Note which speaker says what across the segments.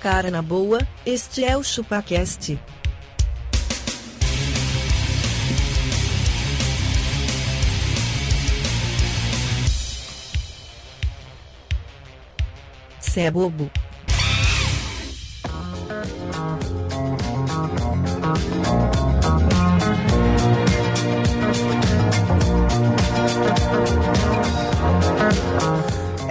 Speaker 1: Cara na boa, este é o ChupaCast. Cê é bobo.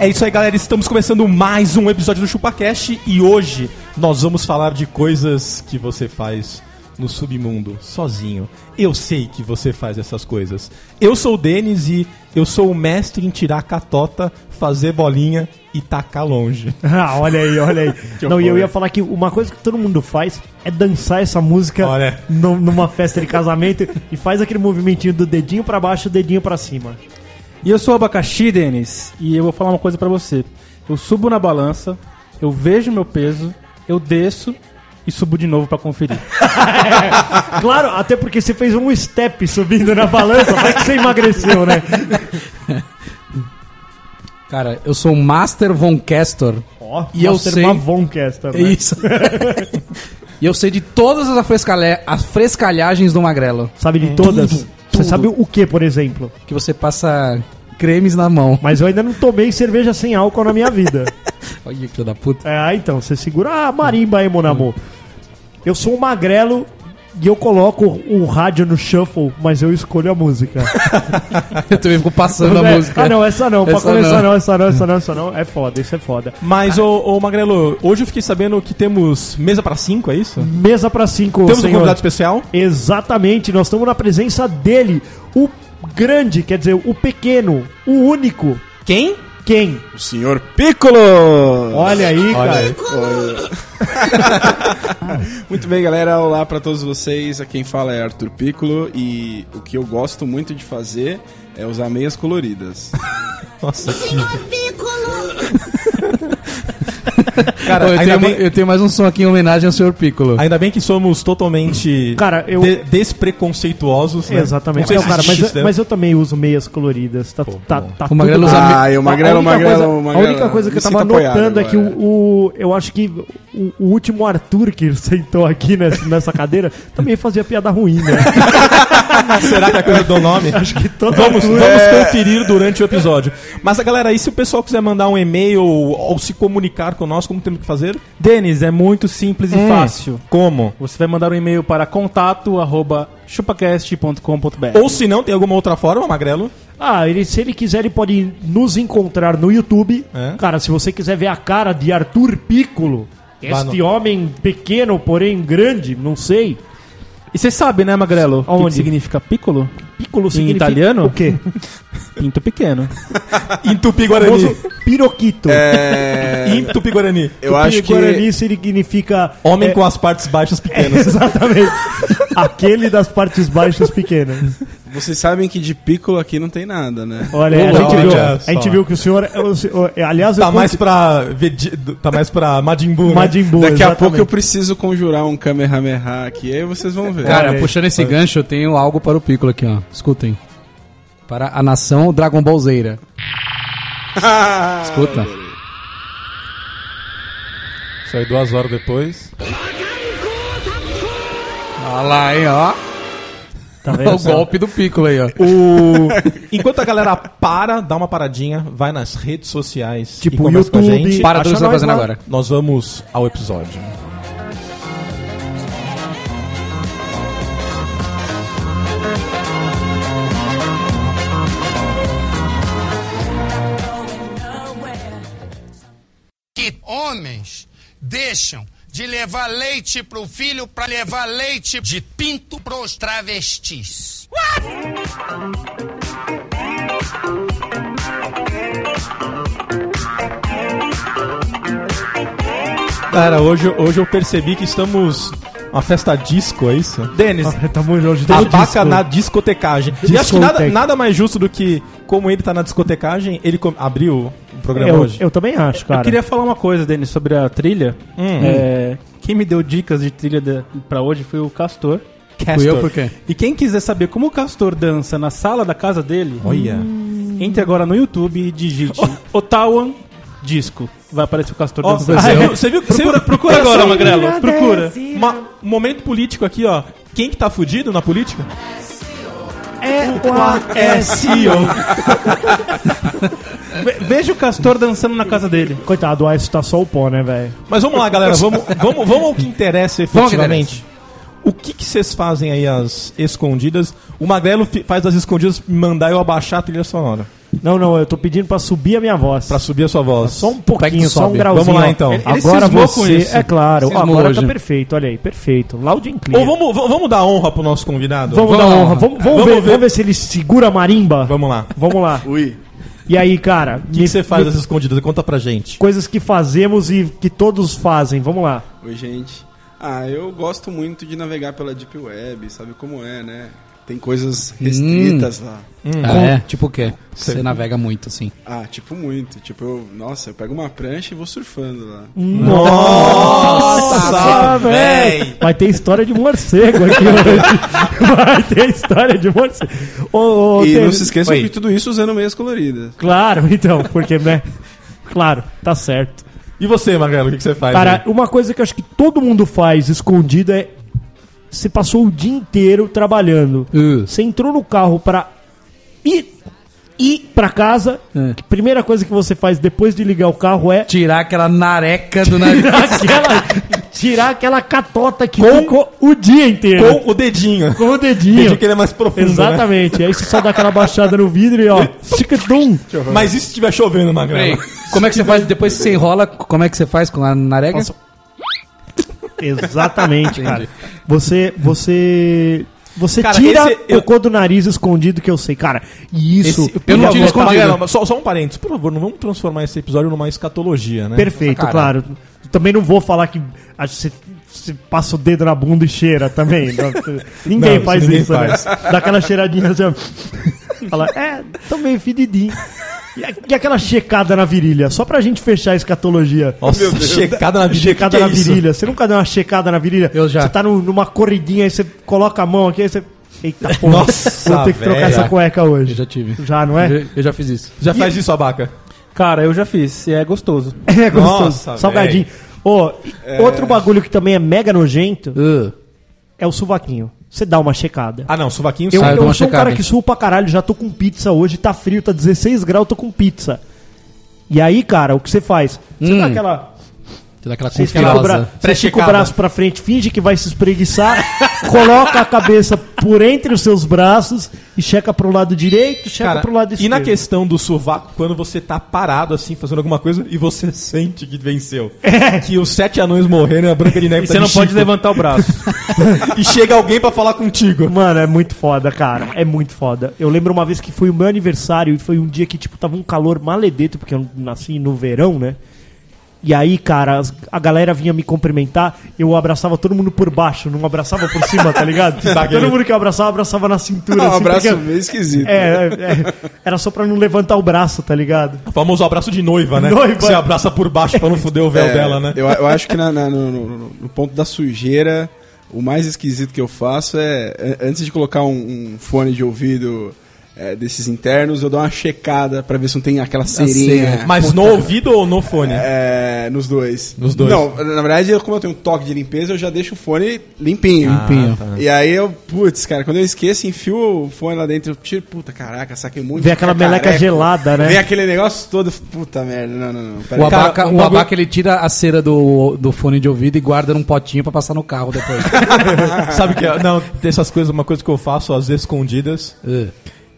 Speaker 2: É isso aí, galera. Estamos começando mais um episódio do ChupaCast e hoje nós vamos falar de coisas que você faz no submundo, sozinho. Eu sei que você faz essas coisas. Eu sou o Denis e eu sou o mestre em tirar catota, fazer bolinha e tacar longe.
Speaker 3: Ah, olha aí, olha aí. Não, e eu ia falar que uma coisa que todo mundo faz é dançar essa música
Speaker 2: Olha.
Speaker 3: nu- numa festa de casamento e faz aquele movimentinho do dedinho pra baixo e o dedinho pra cima.
Speaker 4: E eu sou o Abacaxi, Denis, e eu vou falar uma coisa pra você. Eu subo na balança, eu vejo meu peso, eu desço e subo de novo pra conferir.
Speaker 3: Claro, até porque você fez um step subindo na balança, vai que você emagreceu, né?
Speaker 5: Cara, eu sou o Master Von Castor.
Speaker 3: Ó,
Speaker 5: E eu sei-
Speaker 3: Mavoncast,
Speaker 5: É
Speaker 3: né?
Speaker 5: isso. e eu sei de todas as, afrescalha... as frescalhagens do magrelo.
Speaker 3: Sabe de todas?
Speaker 5: Tudo,
Speaker 3: Você
Speaker 5: tudo.
Speaker 3: sabe o que, por exemplo?
Speaker 5: Que você passa cremes na mão.
Speaker 3: Mas eu ainda não tomei cerveja sem álcool na minha vida.
Speaker 5: Olha que filho da puta.
Speaker 3: É, ah, então, você segura a marimba aí, mon amor. Eu sou um magrelo e eu coloco o rádio no shuffle, mas eu escolho a música.
Speaker 5: Eu também fico passando a
Speaker 3: É,
Speaker 5: música.
Speaker 3: Ah, não, essa não. Pra
Speaker 5: Essa
Speaker 3: começar, não.
Speaker 5: não.
Speaker 3: essa não, essa não, essa não. É foda, isso é foda.
Speaker 2: Mas, ô, ô Magrelo, hoje eu fiquei sabendo que temos mesa pra cinco, é isso?
Speaker 3: Mesa pra cinco,
Speaker 2: Temos um
Speaker 3: senhor.
Speaker 2: convidado especial.
Speaker 3: Exatamente, nós estamos na presença dele. O grande, quer dizer, o pequeno, o único.
Speaker 2: Quem?
Speaker 3: Quem?
Speaker 6: O senhor Piccolo!
Speaker 3: Olha aí, cara.
Speaker 6: Muito bem, galera. Olá pra todos vocês. Quem fala é Arthur Piccolo e o que eu gosto muito de fazer é usar meias coloridas.
Speaker 2: Nossa, que...
Speaker 5: Cara, eu,
Speaker 2: ainda
Speaker 5: tenho,
Speaker 2: bem-
Speaker 5: eu tenho mais um som aqui em homenagem ao senhor Piccolo.
Speaker 2: Ainda bem que somos totalmente
Speaker 3: Cara, eu-
Speaker 2: de- despreconceituosos, né?
Speaker 3: Exatamente.
Speaker 2: Não sei
Speaker 3: Não,
Speaker 2: se
Speaker 3: cara, mas,
Speaker 2: existe
Speaker 4: é-
Speaker 2: isso, né?
Speaker 3: eu- mas eu também uso meias coloridas. Tá, tá, tá
Speaker 5: O Magrelo
Speaker 3: tudo
Speaker 5: usa
Speaker 3: bem.
Speaker 6: Ah, eu magrelo,
Speaker 3: a única
Speaker 6: magrelo,
Speaker 3: coisa, A
Speaker 6: magrelo.
Speaker 3: única coisa que
Speaker 6: Me
Speaker 3: eu tava
Speaker 6: sinto apoiado
Speaker 3: notando é que o,
Speaker 6: agora.
Speaker 3: o- Eu acho que o, o último Arthur que sentou aqui nessa, nessa cadeira também fazia piada ruim, né?
Speaker 2: Será que é coisa do nome?
Speaker 3: acho que todo
Speaker 2: Vamos,
Speaker 4: é.
Speaker 3: Arthur-
Speaker 2: vamos conferir durante o episódio. Mas, galera, e se o pessoal quiser mandar um e-mail ou, ou se comunicar com nós, como temos que fazer? Hum.
Speaker 4: Denis, é muito simples e fácil.
Speaker 2: Como?
Speaker 4: Você vai mandar um e-mail para contato@chupacast.com.br.
Speaker 2: Ou se não, tem alguma outra forma, Magrelo?
Speaker 3: Ah, ele, se ele quiser, ele pode nos encontrar no YouTube.
Speaker 2: É.
Speaker 3: Cara, se você quiser ver a cara de Arthur Piccolo,
Speaker 2: Vá
Speaker 3: este homem pequeno, porém grande, não sei.
Speaker 4: E você sabe, né, Magrelo? O que
Speaker 3: Aonde?
Speaker 4: que significa piccolo?
Speaker 3: Piccolo significa
Speaker 4: italiano?
Speaker 3: o quê?
Speaker 4: Pinto pequeno.
Speaker 2: Em
Speaker 3: Famoso
Speaker 2: Tupi-Guarani.
Speaker 3: piroquito.
Speaker 6: É,
Speaker 2: Em Tupi-Guarani.
Speaker 6: eu acho que
Speaker 3: Guarani significa
Speaker 2: Homem
Speaker 3: é,
Speaker 2: com as partes baixas pequenas.
Speaker 3: Exatamente. Aquele das partes baixas pequenas.
Speaker 6: vocês sabem que de Piccolo aqui não tem nada, né?
Speaker 3: Olha, a gente,
Speaker 2: Olha
Speaker 3: viu,
Speaker 2: só.
Speaker 3: a gente viu que o senor. o senhor- aliás, eu
Speaker 2: tá mais pra... Vedi... Tá mais pra Majin Buu, né?
Speaker 3: Majin Buu,
Speaker 6: Daqui a
Speaker 3: exatamente.
Speaker 6: pouco eu preciso conjurar um Kamehameha aqui, aí vocês vão ver.
Speaker 5: Cara,
Speaker 3: Olha aí.
Speaker 5: puxando esse gancho, eu tenho algo para o Piccolo aqui, ó. Escutem. Para a nação Dragon Ballzeira. Escuta.
Speaker 2: Isso aí, duas horas depois.
Speaker 5: Olha lá, hein, ó.
Speaker 3: Tá
Speaker 5: É
Speaker 3: vendo?
Speaker 5: o golpe do Piccolo aí, ó.
Speaker 2: O... Enquanto a galera para, dá uma paradinha, vai nas redes sociais
Speaker 3: Tipo,
Speaker 2: conversa com a
Speaker 3: YouTube.
Speaker 2: gente.
Speaker 5: Para tudo
Speaker 3: Acha
Speaker 5: que você tá
Speaker 3: nós
Speaker 5: fazendo
Speaker 3: lá.
Speaker 5: agora.
Speaker 2: Nós vamos ao episódio.
Speaker 7: que homens deixam de levar leite pro filho para levar leite de pinto pros travestis.
Speaker 2: Cara, hoje, hoje eu percebi que estamos... Uma festa disco, é isso? Denis,
Speaker 3: Tá muito longe do
Speaker 2: Abaca
Speaker 3: disco.
Speaker 2: na discotecagem. E acho que nada,
Speaker 3: Discoteca.
Speaker 2: nada mais justo do que, como ele tá na discotecagem, ele com- abriu o programa
Speaker 3: Eu,
Speaker 2: hoje.
Speaker 3: eu também acho, cara.
Speaker 4: Eu queria falar uma coisa, Denis, sobre a trilha.
Speaker 2: Hum.
Speaker 4: É, quem me deu dicas de trilha de, pra hoje foi o Castor.
Speaker 2: Castor.
Speaker 5: Fui eu por quê?
Speaker 4: E quem quiser saber como o Castor dança na sala da casa dele,
Speaker 2: Olha.
Speaker 4: entre agora no YouTube e digite Otawan disco. Vai aparecer o Castor
Speaker 2: Ó, é,
Speaker 4: dançando.
Speaker 3: é.
Speaker 2: você viu- você viu que procura, procura agora,
Speaker 3: um
Speaker 2: Magrelo. Procura.
Speaker 3: Brasil.
Speaker 2: Ma- momento político aqui, ó. Quem que tá fudido na política?
Speaker 3: É o
Speaker 4: Ve- Veja o Castor dançando na casa dele.
Speaker 3: Coitado, o Ice tá só o pó, né, velho?
Speaker 2: Mas vamos lá, galera. Vamos, vamos, vamos ao que interessa
Speaker 5: Vamos ao que
Speaker 2: efetivamente. O que que vocês fazem aí as escondidas? O Magrelo fi- faz as escondidas me mandar eu abaixar a trilha sonora.
Speaker 3: Não, não, eu tô pedindo pra subir a minha voz.
Speaker 2: Pra subir a sua voz.
Speaker 3: Só um
Speaker 5: Pega
Speaker 3: pouquinho,
Speaker 5: que
Speaker 3: só um
Speaker 5: sobe.
Speaker 3: grauzinho.
Speaker 2: Vamos lá,
Speaker 3: ó.
Speaker 2: então.
Speaker 3: Ele- ele
Speaker 5: Agora
Speaker 3: cismou
Speaker 5: você-
Speaker 3: É claro,
Speaker 5: Cismou
Speaker 3: agora tá
Speaker 5: hoje.
Speaker 3: perfeito, olha aí, perfeito. Loud and clear.
Speaker 2: Ou vamos, vamos vamos dar honra pro nosso convidado?
Speaker 3: Vamos,
Speaker 5: Vamos
Speaker 3: dar
Speaker 5: lá,
Speaker 3: honra.
Speaker 5: vamos
Speaker 3: Vamos, vamos
Speaker 2: Vamos
Speaker 3: ver,
Speaker 2: ver.
Speaker 3: vamos ver se ele segura a marimba.
Speaker 2: Vamos lá.
Speaker 3: Vamos lá.
Speaker 6: Ui.
Speaker 3: E aí,
Speaker 2: O
Speaker 3: cara,
Speaker 2: que que você faz as escondidas? Conta pra gente.
Speaker 3: coisas que fazemos e que todos fazem. Vamos lá.
Speaker 6: Oi, gente. Ah, eu gosto muito de navegar pela Deep Web, sabe como é, né? Tem coisas restritas lá.
Speaker 5: Ah, é? Tipo o quê? Você
Speaker 2: Sei.
Speaker 5: navega muito, assim.
Speaker 6: Ah, tipo muito. Tipo, eu, nossa, eu pego uma prancha e vou surfando lá.
Speaker 2: Nossa, véi!
Speaker 3: Vai ter história de morcego aqui hoje. Vai ter história de morcego. Ô, ô,
Speaker 6: e
Speaker 3: Tênis,
Speaker 6: não se esqueçam
Speaker 2: Oi.
Speaker 6: de tudo isso usando meias coloridas.
Speaker 3: Claro, então, porque, né? Claro, tá certo.
Speaker 2: E você, Magrelo, o que que você faz?
Speaker 3: Cara,
Speaker 2: aí?
Speaker 3: uma coisa que eu acho que todo mundo faz escondido é. Você passou o dia inteiro trabalhando.
Speaker 5: Uh.
Speaker 3: Você entrou no carro pra ir, ir pra casa.
Speaker 5: É.
Speaker 3: A primeira coisa que você faz depois de ligar o carro é
Speaker 5: Tirar aquela nareca do navio.
Speaker 3: tirar aquela, tirar aquela catota que
Speaker 2: Com-
Speaker 3: ficou o dia inteiro.
Speaker 2: Com o dedinho.
Speaker 3: Com, o dedinho.
Speaker 2: Entendi que ele é mais profundo, né?
Speaker 3: Exatamente. Aí você só dá aquela baixada no vidro e ó. Ticadum.
Speaker 2: Mas e se estiver chovendo,
Speaker 5: Ei,
Speaker 2: Magrelo?
Speaker 5: como é que você faz? Depois que você enrola, como é que você faz com a nareca?
Speaker 3: Nossa. Exatamente, cara. Você. Você. Você
Speaker 2: Cara,
Speaker 3: tira
Speaker 2: esse- eu-
Speaker 3: o cor do nariz escondido que eu sei, cara. E isso.
Speaker 2: Esse-
Speaker 5: eu
Speaker 2: por
Speaker 5: não
Speaker 2: favor,
Speaker 5: tiro escondido.
Speaker 2: Magrelo, mas só, só um parênteses, por favor, não vamos transformar esse episódio numa escatologia, né?
Speaker 3: Perfeito,
Speaker 5: Cara.
Speaker 3: claro. Também não vou falar que ah, você, você passa o dedo na bunda e cheira também. Não, ninguém
Speaker 2: Não,
Speaker 3: faz
Speaker 2: ninguém
Speaker 3: isso,
Speaker 2: faz.
Speaker 3: né? Dá aquela cheiradinha assim, ó. Fala, é, tô meio fedidinho. E, a- e aquela checada na virilha, só pra gente fechar a escatologia.
Speaker 2: Nossa, checada na virilha.
Speaker 3: Checada
Speaker 2: que que
Speaker 3: na
Speaker 2: é isso?
Speaker 3: virilha. Você nunca deu uma checada na virilha?
Speaker 5: Eu já.
Speaker 3: Você tá no- numa corridinha, aí você coloca a mão aqui, aí você. Eita porra,
Speaker 2: Nossa,
Speaker 3: vou ter que trocar
Speaker 2: velho.
Speaker 3: essa cueca hoje.
Speaker 5: Eu já tive.
Speaker 3: Já, não é?
Speaker 5: Eu- Eu já fiz isso.
Speaker 2: Já faz isso, abaca?
Speaker 4: Cara, eu já fiz. E é gostoso.
Speaker 3: É gostoso.
Speaker 2: Nossa,
Speaker 3: Salgadinho. Ô, e Outro bagulho que também é mega nojento
Speaker 5: Uh.
Speaker 3: é o sovaquinho. Você dá uma checada.
Speaker 2: Ah, não, sovaquinho
Speaker 3: Eu,
Speaker 5: sai,
Speaker 2: sai.
Speaker 3: eu
Speaker 5: dou
Speaker 3: sou
Speaker 5: uma
Speaker 3: um
Speaker 5: checada.
Speaker 3: cara que suo pra caralho, já tô com pizza hoje, tá frio, tá 16 graus, tô com pizza. E aí, cara, o que você faz? Você
Speaker 5: Hum.
Speaker 3: dá aquela.
Speaker 5: Você dá aquela
Speaker 3: Você estica, o, bra...
Speaker 5: confiança.
Speaker 3: você estica o
Speaker 2: Pré-checada.
Speaker 3: braço pra frente, finge que vai se espreguiçar, coloca a cabeça por entre os seus braços e checa pro lado direito, checa
Speaker 2: Cara,
Speaker 3: pro lado
Speaker 2: e
Speaker 3: esquerdo.
Speaker 2: na questão do sovaco, quando você tá parado assim, fazendo alguma coisa, e você sente que venceu.
Speaker 3: É.
Speaker 2: Que os sete anões morreram e a Branca de Neve
Speaker 4: E
Speaker 2: tá
Speaker 4: você
Speaker 2: de
Speaker 4: não pode
Speaker 2: Chico.
Speaker 4: levantar o braço.
Speaker 2: E chega alguém pra falar contigo.
Speaker 3: Mano, é muito foda, cara. É muito foda. Eu lembro uma vez que foi o meu aniversário e foi um dia que, tipo, tava um calor maledeto, porque eu nasci no verão, né? E aí, cara, as- a galera vinha me cumprimentar, eu abraçava todo mundo por baixo, não abraçava por cima, tá ligado?
Speaker 2: Saquei.
Speaker 3: todo mundo que eu abraçava, abraçava na cintura.
Speaker 6: Ah, um abraço
Speaker 3: tá ligado?
Speaker 6: meio esquisito. né?
Speaker 3: É, é, é. era só pra não levantar o braço, tá ligado?
Speaker 2: O famoso abraço de noiva, né?
Speaker 3: Noiva.
Speaker 2: Você abraça por baixo pra não foder o véu
Speaker 6: É,
Speaker 2: dela, né?
Speaker 6: Eu, eu acho que na- na- no, no- no ponto da sujeira, o mais esquisito que eu faço é, a- antes de colocar um, um fone de ouvido é, desses internos, eu dou uma checada pra ver se não tem aquela
Speaker 5: cera.
Speaker 6: serinha.
Speaker 2: Mas no ouvido ou no fone?
Speaker 6: É, nos dois.
Speaker 2: Nos dois.
Speaker 6: Não, na verdade, eu- como eu tenho um toque de limpeza, eu já deixo o fone limpinho.
Speaker 3: Ah,
Speaker 5: Limpinho.
Speaker 2: tá.
Speaker 6: E aí eu, putz, cara, quando eu esqueço, enfio o fone lá dentro, eu tiro, puta, caraca, saquei um muito.
Speaker 3: Vem aquela meleca gelada, né?
Speaker 6: Vem aquele negócio todo, puta merda, não, não, não. pera
Speaker 5: O
Speaker 6: aí.
Speaker 5: abaca,
Speaker 2: Cara, um
Speaker 5: o
Speaker 2: bagulho-
Speaker 5: abaca, ele tira a cera do, do fone de ouvido e guarda num potinho pra passar no carro depois.
Speaker 2: Sabe o que é? Não, dessas coisas, uma coisa que eu faço às escondidas,
Speaker 5: Uh.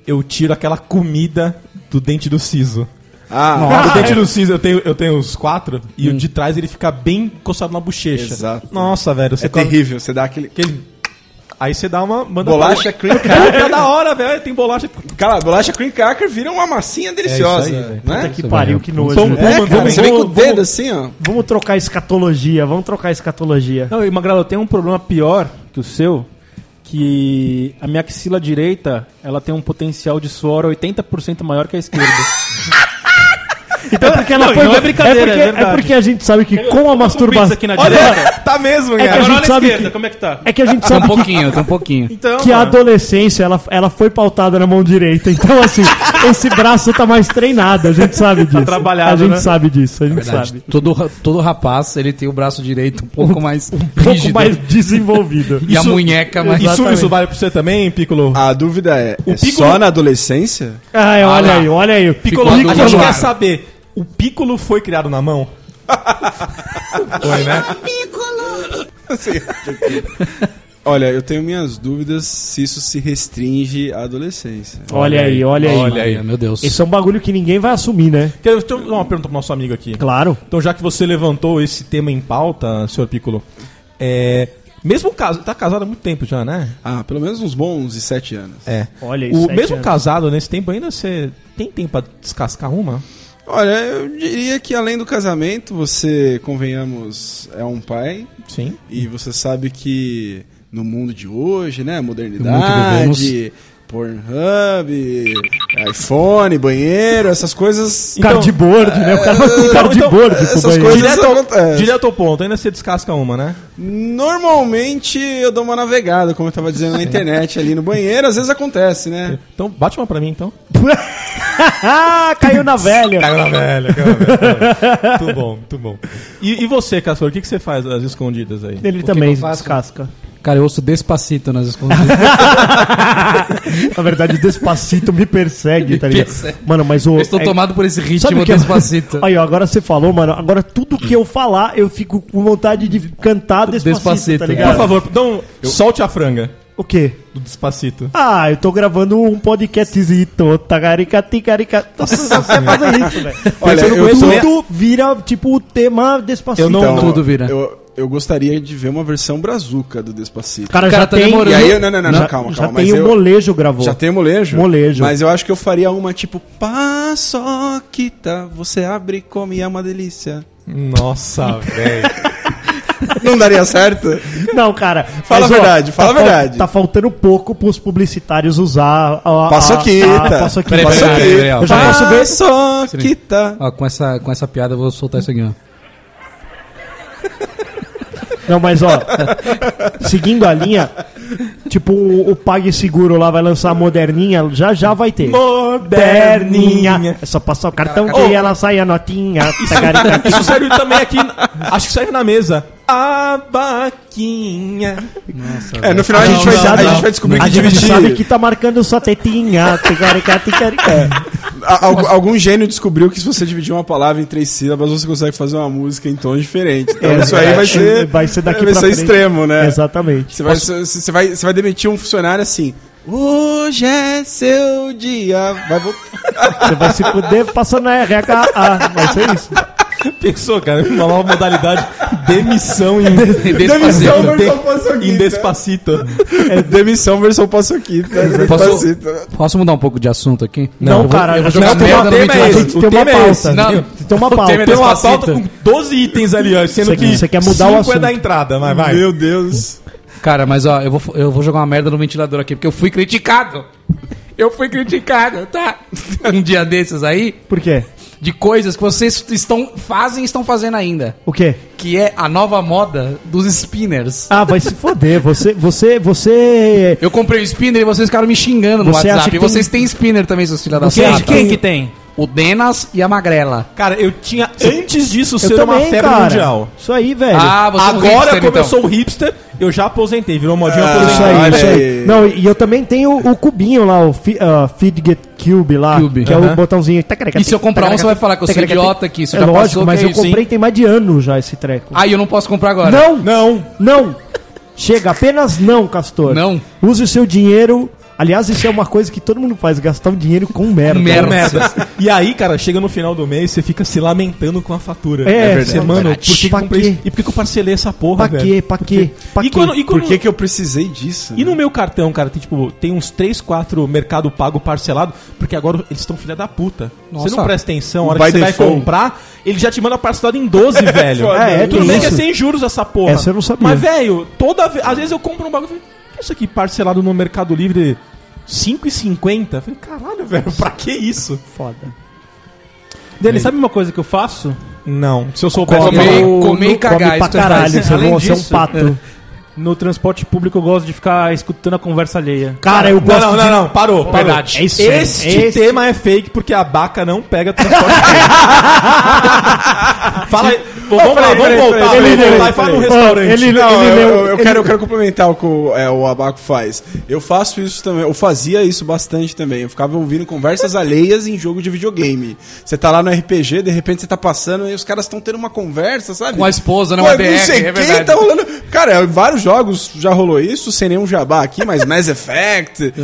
Speaker 2: eu tiro aquela comida do dente do siso.
Speaker 6: Ah,
Speaker 2: o dente do siso, eu tenho, eu tenho os quatro, e o de trás ele fica bem encostado na bochecha.
Speaker 6: Exato.
Speaker 2: Nossa, velho, você
Speaker 6: é
Speaker 2: come
Speaker 6: terrível, você dá aquele.
Speaker 2: aquele- Aí você dá uma... Manda
Speaker 6: Bolacha cream
Speaker 2: pra-
Speaker 6: cracker. tá
Speaker 2: É da hora, velho, tem bolacha...
Speaker 6: Cara, bolacha cream cracker vira uma massinha
Speaker 2: É
Speaker 6: deliciosa,
Speaker 2: isso aí, velho.
Speaker 3: Puta
Speaker 6: né?
Speaker 3: que pariu, que nojo.
Speaker 2: Pum,
Speaker 3: né?
Speaker 2: pum.
Speaker 6: É,
Speaker 2: Vamos-
Speaker 6: cara,
Speaker 2: vamos-
Speaker 6: você vem com o
Speaker 2: vamos-
Speaker 6: dedo assim, ó.
Speaker 3: Vamos trocar escatologia, vamos trocar escatologia.
Speaker 4: Não, e Magrelo, eu tenho um problema pior que o seu, que a minha axila direita, ela tem um potencial de suor 80% maior que a esquerda.
Speaker 3: Então, porque ela
Speaker 4: Não,
Speaker 3: foi
Speaker 4: não é brincadeira,
Speaker 3: porque,
Speaker 4: é verdade.
Speaker 3: porque a gente sabe que com a masturbação.
Speaker 4: aqui na direita.
Speaker 2: Olha, tá mesmo,
Speaker 3: É que a
Speaker 2: cara.
Speaker 4: Agora
Speaker 3: gente
Speaker 4: olha a
Speaker 3: sabe
Speaker 4: esquerda,
Speaker 3: que-
Speaker 4: como é que tá?
Speaker 3: É que a gente
Speaker 5: Tá um
Speaker 3: sabe que
Speaker 5: pouquinho, tá um pouquinho.
Speaker 4: Então,
Speaker 3: que a
Speaker 4: mano,
Speaker 3: adolescência ela, ela foi pautada na mão direita. Então, assim, esse braço tá mais treinado. A gente sabe disso.
Speaker 4: trabalhado,
Speaker 3: a gente
Speaker 4: né?
Speaker 3: sabe disso. A gente
Speaker 5: Verdade.
Speaker 3: sabe.
Speaker 5: Todo, ra- todo rapaz, ele tem o braço direito um pouco mais
Speaker 3: Um pouco
Speaker 5: rígido.
Speaker 3: mais desenvolvido.
Speaker 5: E a munheca mais...
Speaker 2: Isso,
Speaker 3: Exatamente.
Speaker 2: isso vale pra você também, Piccolo?
Speaker 6: A dúvida é, é
Speaker 2: Piccolo-
Speaker 6: só na adolescência?
Speaker 3: Ai, Ah, olha
Speaker 5: lá.
Speaker 3: aí, olha aí.
Speaker 2: Piccolo,
Speaker 5: Piccolo
Speaker 2: a gente
Speaker 5: no
Speaker 2: quer
Speaker 5: ar.
Speaker 2: saber, o Piccolo foi criado na mão? foi, né?
Speaker 6: Olha, eu tenho minhas dúvidas se isso se restringe à adolescência.
Speaker 3: Olha aí, olha aí.
Speaker 2: Olha aí.
Speaker 5: Meu Deus.
Speaker 3: Esse é um bagulho que ninguém vai assumir, né?
Speaker 2: Quero deixa eu dar uma pergunta pro nosso amigo aqui.
Speaker 3: Claro.
Speaker 2: Então, já que você levantou esse tema em pauta, senhor Piccolo, é... Mesmo caso, tá casado há muito tempo já, né?
Speaker 6: Ah, pelo menos uns bons e sete anos.
Speaker 2: É.
Speaker 3: Olha aí,
Speaker 2: o
Speaker 3: sete
Speaker 2: mesmo
Speaker 3: anos.
Speaker 2: casado nesse tempo ainda você tem tempo pra descascar uma?
Speaker 6: Olha, eu diria que além do casamento, você, convenhamos, é um pai.
Speaker 2: Sim.
Speaker 6: E você sabe que no mundo de hoje, né?
Speaker 5: No mundo
Speaker 6: Modernidade, Pornhub, iPhone, banheiro, essas coisas.
Speaker 2: Então-
Speaker 3: cardboard, né? O cara vai com cardboard pro
Speaker 6: essas
Speaker 3: banheiro.
Speaker 6: coisas-
Speaker 2: Direto, ao,
Speaker 6: acontece.
Speaker 2: direto ao ponto, ainda você descasca uma, né?
Speaker 6: Normalmente eu dou uma navegada, como eu tava dizendo na internet ali no banheiro, às vezes acontece, né?
Speaker 2: Então, bate uma pra mim, então.
Speaker 3: Ah, caiu na velha.
Speaker 2: Cagada velha, cagada velha. Muito bom, muito bom. E, e você, Castor, o que, que você faz às escondidas aí?
Speaker 3: Ele
Speaker 5: que
Speaker 3: também
Speaker 5: eu faço?
Speaker 3: descasca.
Speaker 5: Cara, eu ouço Despacito nas escondidas.
Speaker 3: Na verdade, Despacito me persegue, tá ligado?
Speaker 5: persegue.
Speaker 3: Mano, mas o.
Speaker 5: Eu estou
Speaker 3: é-
Speaker 5: tomado por esse
Speaker 3: Sabe
Speaker 5: ritmo
Speaker 3: o que é-
Speaker 5: Despacito.
Speaker 3: Aí, ó, agora você falou, mano. Agora tudo que eu falar, eu fico com vontade de cantar Despacito,
Speaker 5: Despacito,
Speaker 3: tá
Speaker 5: né?
Speaker 3: ligado?
Speaker 2: Por favor, então, solte a franga
Speaker 3: O quê?
Speaker 2: do Despacito.
Speaker 3: Ah, eu tô gravando um podcastzito. tá Tagarica, ticarica. Você só quer fazer isso, velho.
Speaker 6: Olha, eu
Speaker 3: Tudo
Speaker 6: tô-
Speaker 3: vira, tipo, o tema Despacito.
Speaker 2: Eu não-
Speaker 6: Então,
Speaker 5: tudo vira.
Speaker 6: Eu, eu gostaria de ver uma versão brazuca do Despacito.
Speaker 3: cara,
Speaker 5: O cara
Speaker 3: já
Speaker 5: tá
Speaker 3: tem...
Speaker 5: demorando.
Speaker 6: E aí, não, não, não,
Speaker 3: já,
Speaker 6: não calma,
Speaker 3: já
Speaker 6: calma.
Speaker 3: tem
Speaker 6: mas
Speaker 3: o
Speaker 6: eu-
Speaker 3: molejo gravou.
Speaker 6: Já tem molejo?
Speaker 3: Molejo.
Speaker 6: Mas eu acho que eu faria uma tipo paçoquita, você abre, come e é uma delícia.
Speaker 2: Nossa, velho.
Speaker 6: Não daria certo?
Speaker 3: Não, cara.
Speaker 6: Fala a verdade, fala a
Speaker 3: tá fal-
Speaker 6: verdade.
Speaker 3: Tá faltando pouco pros publicitários usar a. a
Speaker 6: Paçoquita.
Speaker 3: a- a Paçoquita.
Speaker 5: Peraí, peraí, peraí, peraí, ó.
Speaker 3: Ah, Eu já posso ver.
Speaker 6: Paçoquita.
Speaker 5: Ó, com essa, com essa piada eu vou soltar isso aqui, ó.
Speaker 3: Não, mas ó. seguindo a linha, tipo, o, o PagSeguro lá vai lançar a moderninha, já já vai ter. Moderninha. É só passar o cartão que
Speaker 2: Ô.
Speaker 3: ela sai a notinha. Tá Tagarica.
Speaker 2: Isso serve também aqui, acho que serve na mesa. A vaquinha.
Speaker 6: É, no final a,
Speaker 3: Não,
Speaker 6: gente vai,
Speaker 3: não,
Speaker 6: a
Speaker 3: não.
Speaker 6: gente vai descobrir
Speaker 3: A
Speaker 6: que tipo
Speaker 3: gente
Speaker 6: dividir.
Speaker 3: sabe que tá marcando sua tetinha. Tagarica, tagarica.
Speaker 6: É, a- al- algum gênio descobriu que se você dividir uma palavra em três sílabas, você consegue fazer uma música em tons diferentes. Então
Speaker 3: É,
Speaker 6: isso aí vai
Speaker 3: vai
Speaker 6: ser.
Speaker 3: ser- vai ser daqui
Speaker 6: vai
Speaker 3: pra
Speaker 6: ser
Speaker 3: frente.
Speaker 6: extremo, né?
Speaker 3: Exatamente.
Speaker 6: Você vai, você, vai, você vai demitir um funcionário assim. Hoje é seu dia. Vai voltar.
Speaker 3: Você vai se fuder passando na RHA. Vai ser é isso.
Speaker 2: Pensou, cara, uma nova modalidade demissão em,
Speaker 5: Despacito.
Speaker 6: versão paçoquita.
Speaker 2: em Despacito.
Speaker 6: É demissão versão paçoquita. Despacito.
Speaker 5: Posso, posso mudar um pouco de assunto aqui?
Speaker 3: Não, cara,
Speaker 5: eu vou, eu
Speaker 3: não,
Speaker 5: vou jogar
Speaker 3: o
Speaker 5: merda no
Speaker 2: tema é
Speaker 5: ventilador.
Speaker 2: esse.
Speaker 3: gente tem
Speaker 2: O
Speaker 3: uma
Speaker 2: tema é esse.
Speaker 3: pauta.
Speaker 5: Não.
Speaker 3: Tem uma
Speaker 5: O tema
Speaker 3: pauta.
Speaker 5: é
Speaker 2: Tem uma
Speaker 5: Despacito.
Speaker 2: pauta com 12 itens ali, ó, sendo
Speaker 3: Você
Speaker 2: que
Speaker 3: quer- você quer mudar o
Speaker 2: cinco é
Speaker 3: assunto.
Speaker 2: da entrada, mas vai.
Speaker 6: Meu Deus.
Speaker 5: Cara, mas ó, eu vou, eu vou jogar uma merda no ventilador aqui, porque eu fui criticado. Eu fui criticado, tá? Um dia desses aí,
Speaker 3: Por quê?
Speaker 5: de coisas que vocês estão, fazem e estão fazendo ainda.
Speaker 3: O quê?
Speaker 5: Que é a nova moda dos spinners.
Speaker 3: Ah, vai se foder. Você, você, você.
Speaker 5: Eu comprei o spinner e vocês ficaram me xingando no
Speaker 3: Você acha
Speaker 5: WhatsApp.
Speaker 3: que
Speaker 5: E vocês têm spinner também, seus filhos da
Speaker 3: Você acha
Speaker 5: puta.
Speaker 4: quem,
Speaker 3: Exato.
Speaker 4: quem que tem?
Speaker 5: O Denas e a Magrela.
Speaker 2: Cara, eu tinha antes disso
Speaker 3: Eu Ah,
Speaker 2: ser uma febre mundial. Ah,
Speaker 3: Isso aí, velho.
Speaker 5: você é um
Speaker 2: Agora
Speaker 5: hipster, então.
Speaker 2: começou o hipster, eu já aposentei, virou modinha
Speaker 3: isso
Speaker 2: aposentada.
Speaker 3: aí,
Speaker 6: olha
Speaker 3: isso aí.
Speaker 6: aí.
Speaker 3: Não, e eu também tenho o cubinho lá, o fi, ah, Fidget Cube lá,
Speaker 5: Cube.
Speaker 3: que é
Speaker 2: Aham.
Speaker 3: o botãozinho.
Speaker 5: E se eu comprar um, você vai falar que eu sou idiota, que isso
Speaker 3: É
Speaker 5: já
Speaker 3: lógico,
Speaker 5: passou,
Speaker 3: mas
Speaker 5: que é
Speaker 3: eu
Speaker 5: isso,
Speaker 3: comprei
Speaker 5: hein?
Speaker 3: tem mais de ano já esse treco.
Speaker 5: Ah, e eu não posso comprar agora.
Speaker 3: não!
Speaker 2: Não,
Speaker 3: Não! Chega, apenas não, Castor.
Speaker 5: Não.
Speaker 3: Use o seu dinheiro. Aliás, isso é uma coisa que todo mundo faz, gastar o dinheiro com merda.
Speaker 5: Merda.
Speaker 2: merda. e aí, cara, chega no final do mês, você fica se lamentando com a fatura.
Speaker 3: É,
Speaker 2: Você,
Speaker 3: é
Speaker 2: mano, por
Speaker 3: verdade.
Speaker 2: que que eu
Speaker 3: Pra
Speaker 2: comprei
Speaker 3: quê?
Speaker 2: isso? E por que que eu parcelei essa porra,
Speaker 3: Pra
Speaker 2: velho?
Speaker 3: quê? Pra quê? Pra
Speaker 2: E
Speaker 3: quê?
Speaker 2: quando, e quando-
Speaker 6: Por que, que eu precisei disso?
Speaker 2: E no meu cartão, cara, tem tipo, tem uns 3, 4 mercado pago parcelado, porque agora eles estão filha da puta. Você não
Speaker 5: Nossa.
Speaker 2: presta atenção, a
Speaker 6: O
Speaker 2: hora que
Speaker 6: by
Speaker 2: você vai
Speaker 6: default.
Speaker 2: comprar, ele já te manda parcelado em 12, velho.
Speaker 6: foda,
Speaker 3: É, é,
Speaker 2: Tudo
Speaker 3: tem
Speaker 2: bem que é
Speaker 3: isso.
Speaker 2: sem juros essa porra.
Speaker 3: Essa eu não sabia.
Speaker 2: Mas, velho, toda vez. Às vezes eu compro um bagulho e falo, "Que isso aqui parcelado no Mercado Livre 5,50? Eu Falei, caralho, velho, pra que isso?
Speaker 3: Foda.
Speaker 4: Denis, sabe uma coisa que eu faço?
Speaker 2: Não. Se eu soubesse
Speaker 5: Come.
Speaker 2: falar.
Speaker 5: comer e cagar,
Speaker 3: come pra
Speaker 5: isso é
Speaker 3: caralho,
Speaker 5: fácil.
Speaker 3: você
Speaker 4: Além
Speaker 3: você é um
Speaker 4: disso,
Speaker 3: pato.
Speaker 4: No transporte público eu gosto de ficar escutando a conversa alheia.
Speaker 3: Cara, eu gosto
Speaker 2: Não, não,
Speaker 3: de...
Speaker 2: não, não, parou, parou.
Speaker 5: Verdade.
Speaker 3: É isso, é
Speaker 2: Este
Speaker 3: isso.
Speaker 2: tema é fake porque a Baca não pega transporte. Fala aí. Pô, vamos lá, vamos
Speaker 4: peraí, peraí,
Speaker 2: voltar.
Speaker 4: peraí,
Speaker 2: Vamos
Speaker 4: peraí,
Speaker 2: voltar e fala um no
Speaker 4: peraí.
Speaker 2: restaurante.
Speaker 3: Ele,
Speaker 6: Não,
Speaker 3: ele
Speaker 6: eu,
Speaker 3: leu...
Speaker 6: eu- eu quero, eu quero complementar o que o, é, o Abaco faz. Eu faço isso também, eu fazia isso bastante também. Eu ficava ouvindo conversas alheias em jogo de videogame. Você tá lá no RPG, de repente você tá passando e os caras estão tendo uma conversa, sabe?
Speaker 5: Com a esposa, né?
Speaker 6: Pô,
Speaker 5: Uma
Speaker 6: não
Speaker 5: DR,
Speaker 6: sei
Speaker 5: é
Speaker 6: quem
Speaker 5: verdade.
Speaker 6: tá rolando. Cara, vários jogos já rolou isso, sem nenhum jabá aqui, mas Mass Effect,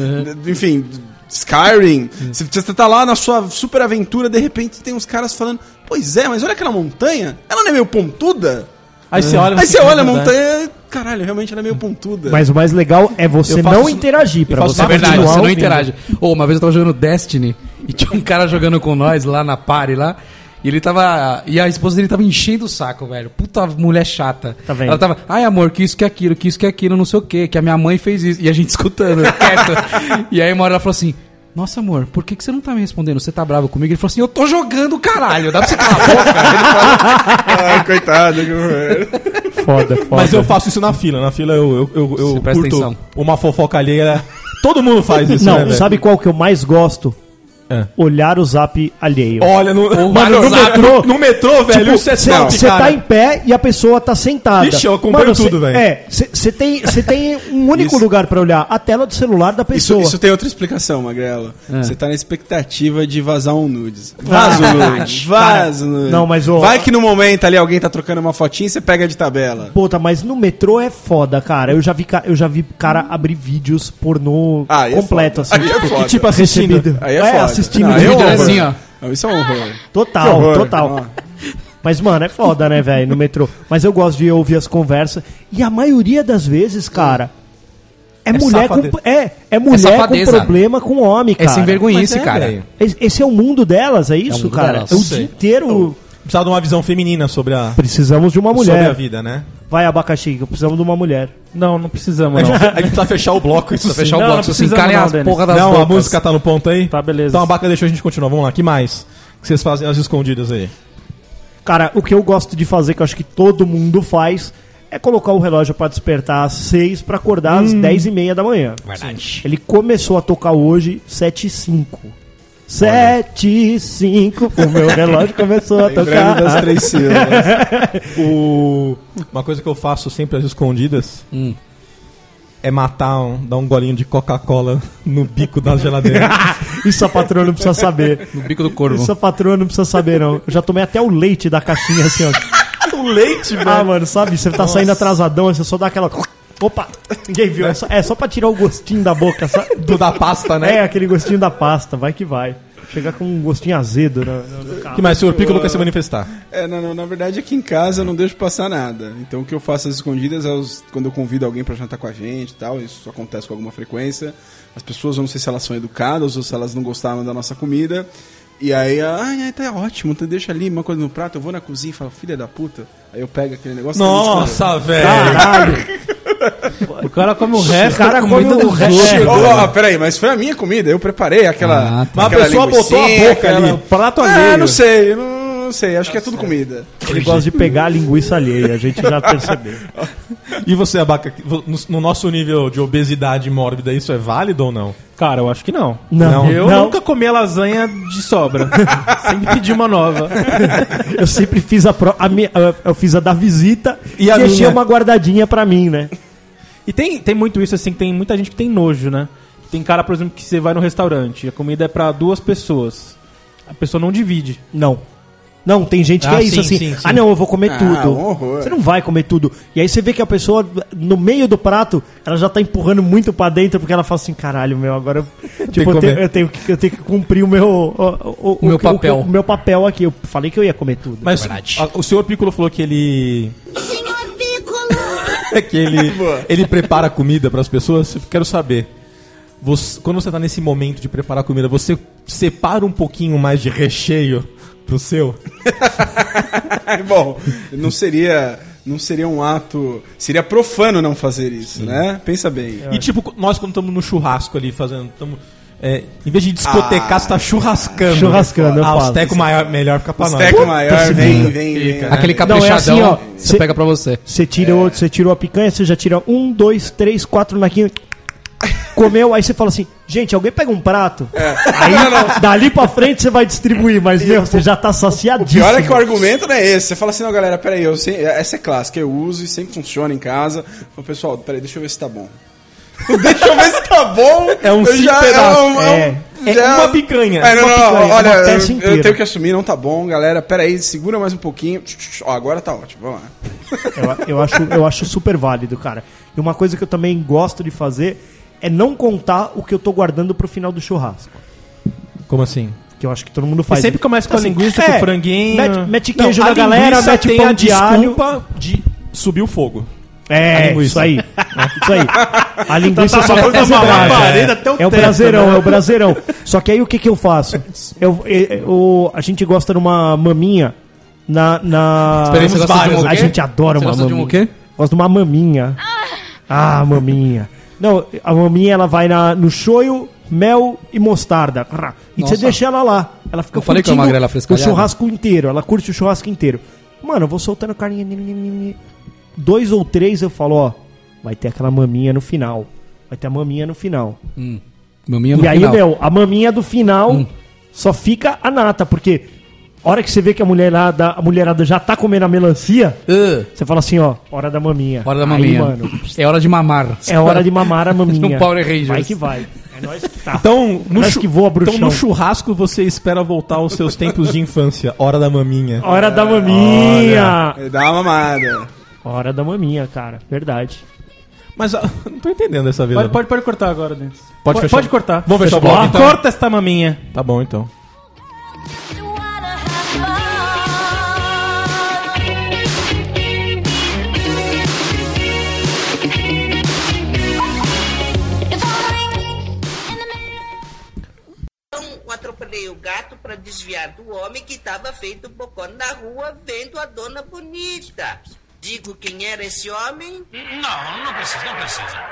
Speaker 6: enfim, Skyrim. Você você tá lá na sua super aventura, de repente tem uns caras falando: Pois é, mas olha aquela montanha, ela não é meio pontuda?
Speaker 4: Aí você olha...
Speaker 6: É. Aí você olha a
Speaker 4: é verdade.
Speaker 6: montanha, caralho, realmente ela é meio pontuda.
Speaker 3: Mas o mais legal é você
Speaker 2: Eu faço
Speaker 3: não
Speaker 2: isso-
Speaker 3: interagir, pra
Speaker 2: faço
Speaker 3: você
Speaker 5: É verdade,
Speaker 3: continuar
Speaker 5: você não
Speaker 3: ouvindo.
Speaker 5: interage. Ô, uma vez eu tava jogando Destiny e tinha um cara jogando com nós lá na party lá. E ele tava. E a esposa dele tava enchendo o saco, velho. Puta mulher chata.
Speaker 3: Tá vendo?
Speaker 5: Ela tava, ai amor, que isso, que aquilo, que isso, que aquilo, não sei o quê, que a minha mãe fez isso. E a gente escutando, quieto. E aí uma hora ela falou assim. Nossa, amor, por que, que você não tá me respondendo? Você tá bravo comigo? Ele falou assim: Eu tô jogando, caralho. Dá pra você calar a boca?
Speaker 6: Ai, coitado. que-
Speaker 3: Foda, foda.
Speaker 2: Mas eu faço isso na fila. Na fila eu, eu, eu, eu
Speaker 5: Você presta
Speaker 2: curto
Speaker 5: atenção.
Speaker 2: uma fofoca alheia. Todo mundo faz isso, né,
Speaker 3: Não,
Speaker 2: velho?
Speaker 3: sabe qual que eu mais gosto?
Speaker 2: É.
Speaker 3: Olhar o zap alheio.
Speaker 2: Olha, no, mano, no,
Speaker 5: WhatsApp.
Speaker 2: metrô, no metrô, velho,
Speaker 3: Tipo,
Speaker 2: isso é
Speaker 3: cê-
Speaker 2: top,
Speaker 3: cê
Speaker 2: cara.
Speaker 3: tá em pé e a pessoa tá sentada.
Speaker 2: Ixi, eu acompanho
Speaker 3: cê-
Speaker 2: tudo, velho.
Speaker 3: É, você tem, cê tem um único
Speaker 6: Isso.
Speaker 3: lugar pra olhar, a tela do celular da
Speaker 6: Isso,
Speaker 3: pessoa.
Speaker 6: isso tem outra explicação, Magrelo. Você tá na expectativa de vazar um nudes. Vaza o nudes. Vaza o nudes.
Speaker 3: Não, mas, ô-
Speaker 6: Vai que no momento ali alguém tá trocando uma fotinha e você pega de tabela.
Speaker 3: Puta, mas no metrô é foda, cara. Eu já vi, ca- eu já vi cara abrir vídeos pornô
Speaker 6: Ah, aí é
Speaker 3: completo,
Speaker 6: foda.
Speaker 3: assim.
Speaker 6: Aí é
Speaker 3: tipo,
Speaker 6: foda.
Speaker 3: tipo assistindo.
Speaker 6: Aí é, foda.
Speaker 3: assistindo
Speaker 6: Não,
Speaker 5: aí
Speaker 3: vídeo.
Speaker 5: é
Speaker 6: eu
Speaker 5: horror.
Speaker 6: assim, ó. Não, isso é um horror. Que
Speaker 3: Total,
Speaker 6: horror.
Speaker 3: total.
Speaker 6: Ó.
Speaker 3: Mas, mano, é foda, né, velho, no metrô. Mas eu gosto de ouvir as conversas. E a maioria das vezes, cara, é, mulher com.
Speaker 2: safade-
Speaker 3: É, é mulher com
Speaker 5: safadeza.
Speaker 3: problema com homem,
Speaker 5: É
Speaker 3: cara.
Speaker 5: sem
Speaker 2: Mas
Speaker 5: vergonhice,
Speaker 2: é,
Speaker 5: cara.
Speaker 2: velho.
Speaker 3: Es- Esse é o mundo delas, é isso,
Speaker 5: mundo
Speaker 3: cara?
Speaker 5: delas.
Speaker 3: É o
Speaker 2: Sei.
Speaker 3: dia inteiro.
Speaker 2: Precisava de uma visão feminina sobre a,
Speaker 3: Precisamos de uma
Speaker 2: sobre a
Speaker 3: mulher.
Speaker 2: vida, né?
Speaker 3: Vai, abacaxi, que precisamos de uma mulher.
Speaker 4: Não, não precisamos,
Speaker 2: A gente,
Speaker 4: não.
Speaker 2: a gente precisa fechar o bloco, isso
Speaker 5: Pra
Speaker 2: sim.
Speaker 5: fechar
Speaker 4: Não,
Speaker 5: o
Speaker 4: não
Speaker 5: bloco, assim,
Speaker 4: precisamos
Speaker 5: calem
Speaker 4: não,
Speaker 5: as
Speaker 4: Denis.
Speaker 5: porra das
Speaker 2: não, a
Speaker 5: bocas.
Speaker 2: música tá no ponto aí?
Speaker 4: Tá, beleza.
Speaker 2: Então a Baca deixou a gente continuar. Vamos lá, que mais? que vocês fazem as escondidas aí?
Speaker 3: Cara, o que eu gosto de fazer, que eu acho que todo mundo faz, é colocar o relógio pra despertar às 6 pra acordar
Speaker 6: Hum.
Speaker 3: às 10 e meia da manhã. Verdade. Ele começou a tocar hoje 7 e 5. 7 e 5. O meu relógio começou a
Speaker 6: Lembrando das
Speaker 3: tocar.
Speaker 6: três sílabas.
Speaker 2: O... Uma coisa que eu faço sempre às escondidas
Speaker 4: Hum.
Speaker 2: é matar, um, dar um golinho de Coca-Cola no bico da geladeira.
Speaker 3: Isso a patroa não precisa saber.
Speaker 5: No bico do corvo.
Speaker 3: Isso a patroa não precisa saber, não. Eu já tomei até o leite da caixinha assim, ó.
Speaker 2: o leite,
Speaker 3: Ah, mano, sabe? Você tá saindo atrasadão, aí você só dá aquela. Opa! Ninguém viu. É só, é só pra tirar o gostinho da boca, sabe?
Speaker 2: Do da pasta,
Speaker 3: É,
Speaker 2: né?
Speaker 3: aquele gostinho da pasta, vai que vai. Chegar com um gostinho azedo no, no- no
Speaker 4: É.
Speaker 3: carro.
Speaker 2: Que mais, senhor Piccolo quer se manifestar?
Speaker 6: É, não, não, na verdade aqui em casa eu não deixo passar nada. Então o que eu faço às escondidas é os- quando eu convido alguém pra jantar com a gente e tal, isso acontece com alguma frequência. As pessoas, eu não sei se elas são educadas ou se elas não gostaram da nossa comida. E aí, ai, ai, tá ótimo, então deixa ali uma coisa no prato, eu vou na cozinha e falo, filha da puta. Aí eu pego aquele negócio e
Speaker 4: Tá.
Speaker 2: Nossa, velho!
Speaker 3: Caralho!
Speaker 4: O cara come o resto.
Speaker 3: cara
Speaker 4: da
Speaker 3: come
Speaker 4: comida
Speaker 3: o
Speaker 4: do
Speaker 3: resto.
Speaker 4: outro.
Speaker 6: Chegou, ó, peraí, mas foi a minha comida, eu preparei aquela.
Speaker 5: Ah,
Speaker 6: Ah,
Speaker 5: tá.
Speaker 2: Mas a pessoa botou a boca ali, prato
Speaker 6: Ah,
Speaker 2: alheio.
Speaker 6: não sei, não, não sei, acho que é tudo comida.
Speaker 3: Ele gosta de pegar a linguiça alheia, a gente já percebeu.
Speaker 2: E você, Abaca, no, no nosso nível de obesidade mórbida, isso é válido ou não?
Speaker 4: Cara, eu acho que não.
Speaker 3: Não,
Speaker 4: Eu
Speaker 3: não.
Speaker 4: nunca comi a lasanha de sobra. Sempre pedi uma nova.
Speaker 3: Eu sempre fiz a, pro, a minha, eu- eu fiz a da visita
Speaker 2: E
Speaker 3: e,
Speaker 2: a
Speaker 3: deixei
Speaker 2: minha?
Speaker 3: uma guardadinha pra mim, né?
Speaker 4: E tem, tem muito isso, assim, que tem muita gente que tem nojo, né? Tem cara, por exemplo, que você vai no restaurante, a comida é pra duas pessoas. A pessoa não divide.
Speaker 3: Não. Não, tem gente que
Speaker 2: Ah,
Speaker 3: é isso
Speaker 2: sim,
Speaker 3: assim.
Speaker 2: sim, sim.
Speaker 3: Ah, não, eu vou comer
Speaker 6: Ah,
Speaker 3: tudo.
Speaker 6: um horror.
Speaker 3: Você não vai comer tudo. E aí você vê que a pessoa, no meio do prato, ela já tá empurrando muito pra dentro, porque ela fala assim, caralho, meu, agora eu- tipo,
Speaker 2: que
Speaker 3: eu, tenho,
Speaker 2: comer.
Speaker 3: eu, tenho que, eu tenho que cumprir o meu. O, o-
Speaker 5: O meu
Speaker 3: o-
Speaker 5: papel.
Speaker 3: O, meu papel aqui. Eu falei que eu ia comer tudo.
Speaker 2: Mas
Speaker 5: É
Speaker 2: a- o senhor Piccolo falou que ele. Senhor Piccolo! É que ele, ele prepara comida para as pessoas. Eu quero saber. você- quando você tá nesse momento de preparar comida, você separa um pouquinho mais de recheio pro seu?
Speaker 6: Bom, não seria, não seria um ato. Seria profano não fazer isso, né? Pensa bem.
Speaker 2: É. Ah, E tipo, nós quando estamos no churrasco ali fazendo. Tamo, é, em vez de discotecar,
Speaker 6: Ah.
Speaker 2: você tá churrascando.
Speaker 3: Churrascando, eu
Speaker 2: ah, os
Speaker 3: falo.
Speaker 2: teco maior, melhor fica pra
Speaker 6: Os
Speaker 2: nós.
Speaker 6: teco
Speaker 2: Puta
Speaker 6: maior,
Speaker 2: se
Speaker 6: vem,
Speaker 2: vida.
Speaker 6: vem, vem.
Speaker 2: né?
Speaker 5: Aquele
Speaker 3: Não, é assim,
Speaker 5: caprichadão,
Speaker 3: ó,
Speaker 5: você
Speaker 3: cê-
Speaker 5: pega pra você.
Speaker 3: Você tira,
Speaker 2: É.
Speaker 3: o- você tirou a picanha, você já tira um, dois, três, quatro na quinta. Comeu, aí você fala assim, gente, alguém pega um prato.
Speaker 6: É.
Speaker 3: Aí dali pra frente você vai distribuir, mas meu, você já tá saciadíssimo.
Speaker 6: Pior é que o argumento não é esse. Você fala assim, não, galera, peraí, eu sei, essa é clássica, eu uso e sempre funciona em casa. Ô, pessoal, peraí, deixa eu ver se tá bom. deixa eu ver se tá bom.
Speaker 2: É um
Speaker 6: Eu
Speaker 2: cinco pedaços,
Speaker 6: um-
Speaker 3: é.
Speaker 6: um-
Speaker 2: É
Speaker 6: já-
Speaker 2: uma picanha.
Speaker 6: É, não,
Speaker 3: uma
Speaker 6: não, não,
Speaker 3: picanha,
Speaker 6: olha,
Speaker 3: uma peça
Speaker 6: eu- eu,
Speaker 3: inteira.
Speaker 6: tenho que assumir, não tá bom, galera. Peraí, segura mais um pouquinho. Ó, agora tá ótimo, vamos lá.
Speaker 3: Eu, eu acho, eu acho super válido, cara. E uma coisa que eu também gosto de fazer é não contar o que eu tô guardando pro final do churrasco.
Speaker 2: Como assim?
Speaker 3: Que eu acho que todo mundo
Speaker 4: E
Speaker 3: faz.
Speaker 4: sempre começa com a
Speaker 3: Assim,
Speaker 4: linguiça,
Speaker 3: é,
Speaker 4: com o franguinho.
Speaker 3: Mete, mete queijo
Speaker 2: Não,
Speaker 3: na
Speaker 2: a
Speaker 3: galera,
Speaker 2: linguiça
Speaker 3: mete
Speaker 2: tem a
Speaker 3: pão de alho.
Speaker 2: desculpa de subir o fogo.
Speaker 3: É,
Speaker 2: linguiça.
Speaker 3: isso aí. Isso aí. A linguiça só
Speaker 2: tá
Speaker 3: foi
Speaker 2: na
Speaker 3: fazer
Speaker 2: parede até o
Speaker 3: É o
Speaker 2: teto,
Speaker 3: braseirão,
Speaker 2: né?
Speaker 3: é o braseirão. Só que aí o que, que eu faço? Eu, eu- eu- a gente gosta de uma maminha na. na...
Speaker 5: Peraí, você
Speaker 2: temos
Speaker 5: gosta de
Speaker 2: vários
Speaker 5: um
Speaker 3: A
Speaker 5: quê?
Speaker 3: gente adora
Speaker 5: Você
Speaker 3: uma
Speaker 5: gosta de um
Speaker 3: maminha.
Speaker 5: quê?
Speaker 3: Gosto de uma maminha. Ah, maminha. Não, a maminha ela vai na, no shoyu, mel e mostarda. Crá. E
Speaker 5: Nossa.
Speaker 3: você deixa ela lá. Ela fica
Speaker 5: Eu falei que é uma
Speaker 3: curtindo
Speaker 5: magrela
Speaker 3: o
Speaker 5: frescalhada.
Speaker 3: churrasco inteiro. Ela curte o churrasco inteiro. Mano, eu vou soltando carninha. Dois ou três eu falo, ó, vai ter aquela maminha no final. Vai ter a maminha no final.
Speaker 5: Maminha É no
Speaker 3: E aí,
Speaker 5: final. Hum.
Speaker 3: meu, é a maminha do final só fica a nata, porque a hora que você vê que a mulherada, a mulherada já tá comendo a melancia,
Speaker 5: Ah,
Speaker 3: você fala assim, ó, hora da maminha.
Speaker 5: hora da
Speaker 3: Aí,
Speaker 5: maminha.
Speaker 3: mano,
Speaker 5: é hora de mamar.
Speaker 3: é hora de mamar a maminha.
Speaker 5: Um Power Rangers.
Speaker 3: Vai que vai. É nós que tá.
Speaker 2: Então no,
Speaker 3: Parece
Speaker 2: chu-
Speaker 3: que voa
Speaker 2: então,
Speaker 3: bruxão.
Speaker 2: no churrasco você espera voltar aos seus tempos de infância. Hora da maminha.
Speaker 3: Hora da maminha.
Speaker 6: Ele dá uma mamada.
Speaker 3: Hora da maminha, cara. Verdade.
Speaker 2: Mas ah, não tô entendendo dessa vez.
Speaker 4: Pode, pode, pode cortar agora, Denis.
Speaker 2: Pode fechar.
Speaker 4: Pode cortar.
Speaker 2: Vamos fechar o
Speaker 4: Corta
Speaker 2: bloco, então?
Speaker 4: Corta esta maminha.
Speaker 2: Tá bom então.
Speaker 8: You wanna have fun. It's all wings in the middle.
Speaker 9: Então, atropelei o gato para desviar do homem que estava feito bocó na rua vendo a dona bonita. Digo quem era esse homem?
Speaker 7: Não, não precisa, não precisa.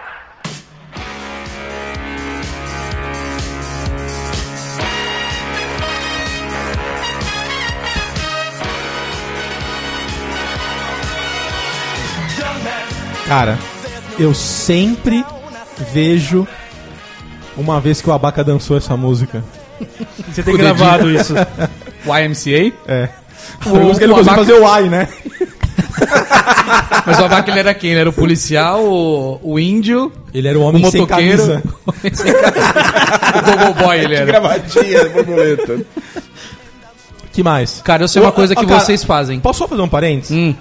Speaker 2: Cara, eu sempre vejo uma vez que o Abaca dançou essa música.
Speaker 4: Você tem
Speaker 5: Com o dedinho.
Speaker 4: gravado isso.
Speaker 5: YMCA?
Speaker 2: É. A
Speaker 5: O-
Speaker 2: música ele não
Speaker 5: o
Speaker 2: conseguiu
Speaker 5: Abaca-
Speaker 2: fazer o ai, né?
Speaker 5: Mas o Abaca, ele era quem? Ele era o policial, o, o índio,
Speaker 2: Ele era o
Speaker 5: o
Speaker 2: homem sem
Speaker 5: motoqueiro.
Speaker 2: camisa.
Speaker 5: Sem camisa. o Gogo Boy, ele era.
Speaker 6: Gravadinha, borboleta.
Speaker 2: Que mais?
Speaker 5: Cara, eu sei uma
Speaker 2: Ô,
Speaker 5: coisa
Speaker 2: ô,
Speaker 5: que
Speaker 2: cara,
Speaker 5: vocês fazem.
Speaker 2: Posso só fazer um parênteses?
Speaker 5: Hum.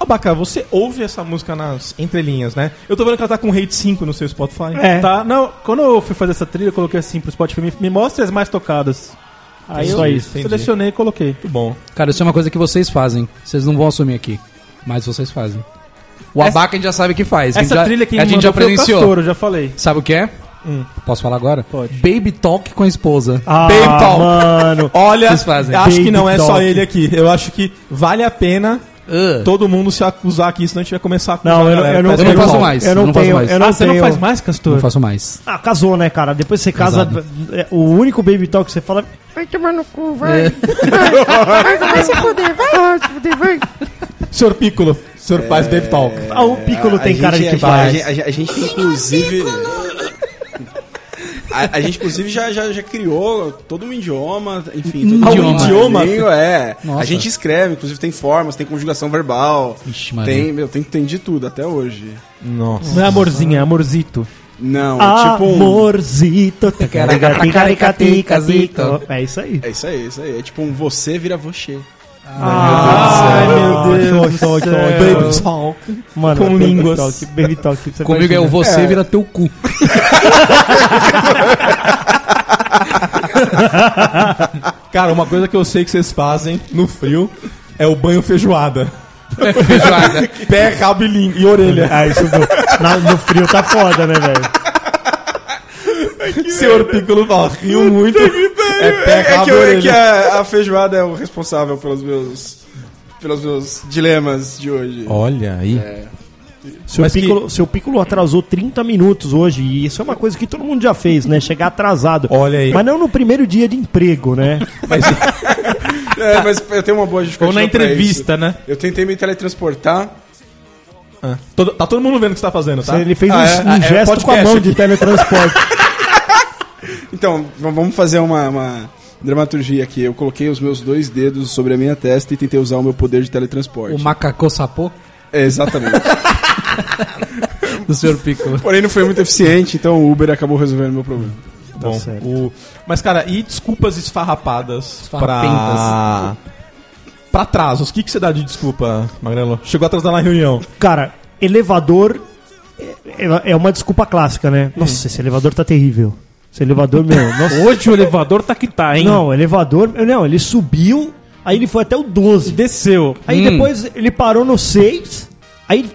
Speaker 2: Abaca, você ouve essa música nas entrelinhas, né? Eu tô vendo que ela tá com rate 5 no seu Spotify.
Speaker 3: É.
Speaker 4: Tá? Não, quando eu fui fazer essa trilha, eu coloquei assim pro Spotify, me, me mostre as mais tocadas.
Speaker 3: É
Speaker 4: Aí
Speaker 2: Só
Speaker 4: Ah, eu
Speaker 2: isso, entendi.
Speaker 4: selecionei e coloquei.
Speaker 2: Muito bom.
Speaker 5: Cara, isso é uma coisa que vocês fazem. Vocês não vão assumir aqui. Mas vocês fazem. O
Speaker 4: Essa-
Speaker 5: Abaca a gente já sabe que faz. a gente
Speaker 4: Essa
Speaker 5: já,
Speaker 4: trilha que
Speaker 5: a gente já
Speaker 4: foi o
Speaker 5: presenciou.
Speaker 4: Castor, eu já falei.
Speaker 5: Sabe o que é? Posso falar agora?
Speaker 4: Pode.
Speaker 5: Baby Talk com a esposa.
Speaker 3: Ah,
Speaker 2: Bem pau.
Speaker 3: mano.
Speaker 2: Olha,
Speaker 5: Vocês fazem.
Speaker 2: acho que não é
Speaker 3: Baby
Speaker 2: só
Speaker 3: talk.
Speaker 2: ele aqui. Eu acho que vale a pena
Speaker 5: Ah.
Speaker 2: todo mundo se acusar aqui, senão a gente vai começar a acusar
Speaker 3: Não,
Speaker 2: a
Speaker 3: eu, não-
Speaker 2: galera.
Speaker 3: eu não,
Speaker 5: Eu não faço mais,
Speaker 3: Eu
Speaker 5: eu
Speaker 3: não,
Speaker 5: não faço
Speaker 3: tenho.
Speaker 5: mais.
Speaker 3: Eu não
Speaker 4: ah, você não
Speaker 3: tenho-
Speaker 4: faz mais, Castor?
Speaker 5: Não faço mais.
Speaker 3: Ah, casou, né, cara? Depois você casa.
Speaker 5: Casado.
Speaker 3: é, O único baby talk que você fala.
Speaker 10: Vai tomar no cu, vai. Vai, vai, vai se foder, vai, se foder, vai.
Speaker 2: Senhor Piccolo, o senhor faz Baby Talk.
Speaker 3: Ah, o Piccolo tem
Speaker 6: É, A
Speaker 3: cara de
Speaker 6: gente-
Speaker 3: que
Speaker 6: a-
Speaker 3: faz.
Speaker 6: A, a- a gente, inclusive. A, a gente, inclusive, já, já, já criou todo um idioma, enfim. Todo
Speaker 5: Idioma.
Speaker 6: um
Speaker 2: Idioma?
Speaker 6: língua, é.
Speaker 5: Nossa.
Speaker 6: A gente escreve, inclusive tem formas, tem conjugação verbal.
Speaker 5: Ixi, Maria.
Speaker 6: tem, meu, tem, tem de tudo até hoje.
Speaker 2: Nossa.
Speaker 4: Não é amorzinho, é amorzito.
Speaker 6: Não,
Speaker 3: Ah,
Speaker 6: é tipo um.
Speaker 3: Amorzito.
Speaker 5: Ticaraca, ticaraca, tica, zica.
Speaker 3: É isso aí.
Speaker 6: É isso aí, é isso aí. É tipo um você vira você.
Speaker 3: Ai, meu Deus. É.
Speaker 2: Baby Talk.
Speaker 3: Mano,
Speaker 2: Com
Speaker 3: baby
Speaker 2: línguas.
Speaker 3: talk, baby talk. você
Speaker 5: Comigo é
Speaker 3: imagina.
Speaker 5: o você vira teu cu.
Speaker 2: Cara, uma coisa que eu sei que vocês fazem no frio é o banho feijoada.
Speaker 5: Feijoada.
Speaker 2: Pé, rabo e, língua, e orelha.
Speaker 3: Ah, isso do- na- no frio tá foda, né, velho?
Speaker 2: Senhor Piccolo fala, riu muito. É pé,
Speaker 6: É
Speaker 2: rabo
Speaker 6: que,
Speaker 2: e
Speaker 6: eu- é que
Speaker 2: orelha.
Speaker 6: a, a feijoada é o responsável pelos meus. pelos meus dilemas de hoje.
Speaker 2: Olha aí.
Speaker 3: Seu
Speaker 2: Mas que-
Speaker 3: Piccolo, seu Piccolo atrasou 30 minutos hoje, e isso é uma coisa que todo mundo já fez, né? Chegar atrasado.
Speaker 2: Olha aí.
Speaker 3: Mas não no primeiro dia de emprego, né?
Speaker 6: É, mas eu tenho uma boa justificativa.
Speaker 2: Ou na
Speaker 6: pra
Speaker 2: entrevista,
Speaker 6: isso.
Speaker 2: né?
Speaker 6: Eu tentei me teletransportar.
Speaker 2: Ah, todo- tá todo mundo vendo o que você tá fazendo, tá?
Speaker 3: Ele fez
Speaker 6: Ah,
Speaker 3: um,
Speaker 6: é?
Speaker 3: um
Speaker 2: Ah, é,
Speaker 3: gesto com a
Speaker 2: podcast
Speaker 3: mão de
Speaker 2: aqui.
Speaker 3: teletransporte.
Speaker 6: Então, v- vamos fazer uma, uma dramaturgia aqui. Eu coloquei os meus dois dedos sobre a minha testa e tentei usar o meu poder de teletransporte.
Speaker 5: O macacô sapô
Speaker 6: É, exatamente.
Speaker 5: do senhor Piccolo.
Speaker 6: Porém, não foi muito eficiente, então o Uber acabou resolvendo meu problema.
Speaker 2: Bom,
Speaker 3: Tá certo.
Speaker 2: Tá o... Mas, cara, e desculpas esfarrapadas pra...
Speaker 5: Esfarrapentas.
Speaker 2: Pra atrasos. O que, que você dá de desculpa, Magrelo? Chegou atrasado na reunião.
Speaker 3: Cara, elevador é, é- é uma desculpa clássica, né? Nossa, esse elevador tá terrível. Esse elevador, meu, nossa.
Speaker 4: Hoje o elevador tá que tá, hein?
Speaker 3: Não, o elevador. Não, ele subiu, aí ele foi até o 12.
Speaker 4: Desceu.
Speaker 3: Aí
Speaker 5: Hum.
Speaker 3: depois ele parou no 6, aí ele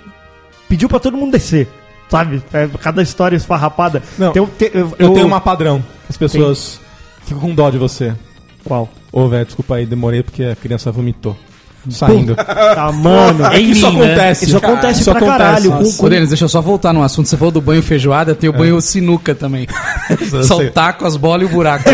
Speaker 3: pediu pra todo mundo descer. Sabe? É, cada história esfarrapada.
Speaker 2: Não,
Speaker 3: Tem um te- eu,
Speaker 2: Eu tenho uma padrão. As pessoas ficam com dó de você.
Speaker 3: Qual?
Speaker 2: Ô, velho, desculpa aí, demorei porque a criança vomitou. Saindo.
Speaker 3: Tá, mano.
Speaker 2: É que isso
Speaker 4: mim, né?
Speaker 2: acontece.
Speaker 3: Isso acontece
Speaker 2: Isso
Speaker 3: pra
Speaker 2: acontece.
Speaker 3: caralho. Com,
Speaker 5: Ô, Denis, deixa eu só voltar num assunto. Você falou do banho feijoada, tem o banho sinuca também.
Speaker 2: Eu
Speaker 5: Só
Speaker 2: sei.
Speaker 5: o taco, as bolas e o buraco.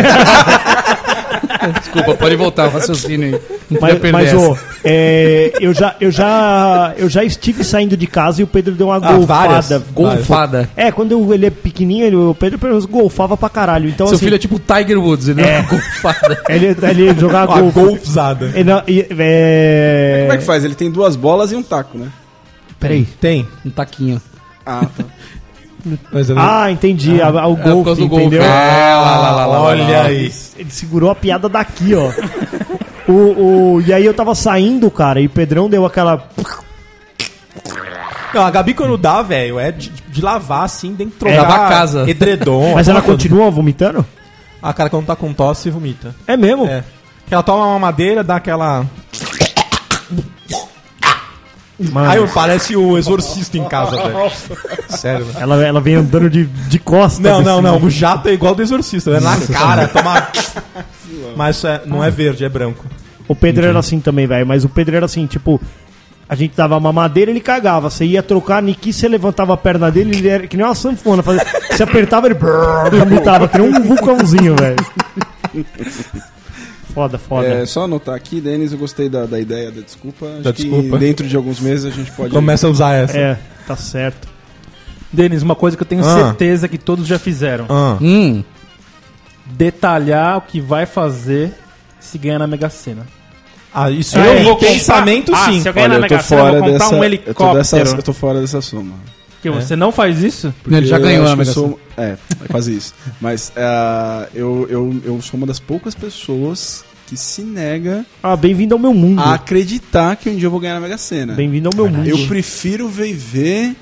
Speaker 5: Desculpa, pode voltar, o raciocínio aí.
Speaker 3: Mas,
Speaker 5: Não podia perder
Speaker 3: mas, ô,
Speaker 5: essa.
Speaker 3: é, eu, já, eu, já, eu já estive saindo de casa e o Pedro deu uma
Speaker 2: várias.
Speaker 3: golfada.
Speaker 5: Ah, Golfada.
Speaker 3: É, quando eu- ele é pequenininho, ele- o Pedro pelo menos golfava pra caralho. Então,
Speaker 5: Seu
Speaker 3: assim,
Speaker 5: filho é tipo o Tiger Woods, ele é uma golfada.
Speaker 3: ele, ele jogava
Speaker 2: Uma
Speaker 3: golfo.
Speaker 2: golfzada.
Speaker 3: Ele não- e- é-
Speaker 6: Como é que faz? Ele tem duas bolas e um taco, né?
Speaker 5: Peraí,
Speaker 2: Tem.
Speaker 5: um taquinho.
Speaker 6: Ah, tá.
Speaker 2: Mas eu não-
Speaker 3: Ah, entendi. a- a- o
Speaker 5: É por
Speaker 3: golfe,
Speaker 5: causa do golfe.
Speaker 3: entendeu?
Speaker 5: É, lá, lá, lá, lá, lá,
Speaker 2: Olha
Speaker 5: lá.
Speaker 2: aí.
Speaker 3: Ele segurou a piada daqui, ó. O, o- e aí eu tava saindo, cara, e o Pedrão deu aquela.
Speaker 2: Não, a Gabi quando dá, velho, é de, de lavar assim, tem que trocar.
Speaker 5: É lavar a casa.
Speaker 2: Edredom.
Speaker 3: Mas ela
Speaker 2: tudo.
Speaker 3: continua vomitando?
Speaker 2: A cara quando tá com tosse vomita.
Speaker 3: É mesmo?
Speaker 2: É. Ela toma uma madeira, dá aquela.
Speaker 5: Ah.
Speaker 3: Mano,
Speaker 2: Aí eu- parece o exorcista em casa, velho. Sério, velho.
Speaker 3: ela, ela vem andando de, de costas.
Speaker 2: Não, não,
Speaker 3: assim,
Speaker 2: não.
Speaker 3: né?
Speaker 2: O jato é igual do exorcista, né? Na cara, toma. Mas isso é- não é verde, é branco.
Speaker 3: O Pedro era assim também, velho. Mas o Pedro era assim, tipo. A gente dava uma madeira, ele cagava. Você ia trocar, Niki, você levantava a perna dele, ele era que nem uma sanfona. Fazia... Você apertava, ele brrr, vomitava, que nem um vulcãozinho, velho. Foda, foda.
Speaker 6: É, só anotar aqui, Denis, eu gostei da, da ideia da desculpa. Acho
Speaker 2: Da
Speaker 6: que
Speaker 2: desculpa.
Speaker 6: dentro de alguns meses a gente pode.
Speaker 2: Começa a usar essa.
Speaker 3: É, tá certo.
Speaker 4: Denis, uma coisa que eu tenho
Speaker 2: Ah.
Speaker 4: certeza que todos já fizeram.
Speaker 2: Ah.
Speaker 5: Hum,
Speaker 4: Detalhar o que vai fazer se ganhar na Mega Sena.
Speaker 2: Ah, isso
Speaker 4: Ah,
Speaker 2: é
Speaker 4: e
Speaker 2: um
Speaker 4: quem-
Speaker 2: pensamento
Speaker 4: Ah,
Speaker 2: sim.
Speaker 4: se alguém-
Speaker 6: Olha,
Speaker 4: na
Speaker 6: eu tô
Speaker 4: Mega Sena, eu
Speaker 6: fora
Speaker 4: vou comprar
Speaker 6: dessa.
Speaker 4: um
Speaker 6: eu, tô dessa
Speaker 4: helicóptero.
Speaker 6: eu tô fora dessa soma.
Speaker 3: É.
Speaker 4: Que você não faz isso?
Speaker 5: ele já
Speaker 6: Eu
Speaker 5: ganhou né, assim,
Speaker 6: acho
Speaker 5: na
Speaker 6: que eu
Speaker 5: Mega Sena.
Speaker 6: sou- É, é quase isso. Mas ah, eu, eu, eu sou uma das poucas pessoas que se nega
Speaker 3: Ah, bem-vindo ao meu mundo.
Speaker 6: a acreditar que um dia eu vou ganhar na Mega Sena.
Speaker 3: Bem-vindo ao meu mundo.
Speaker 6: Eu prefiro viver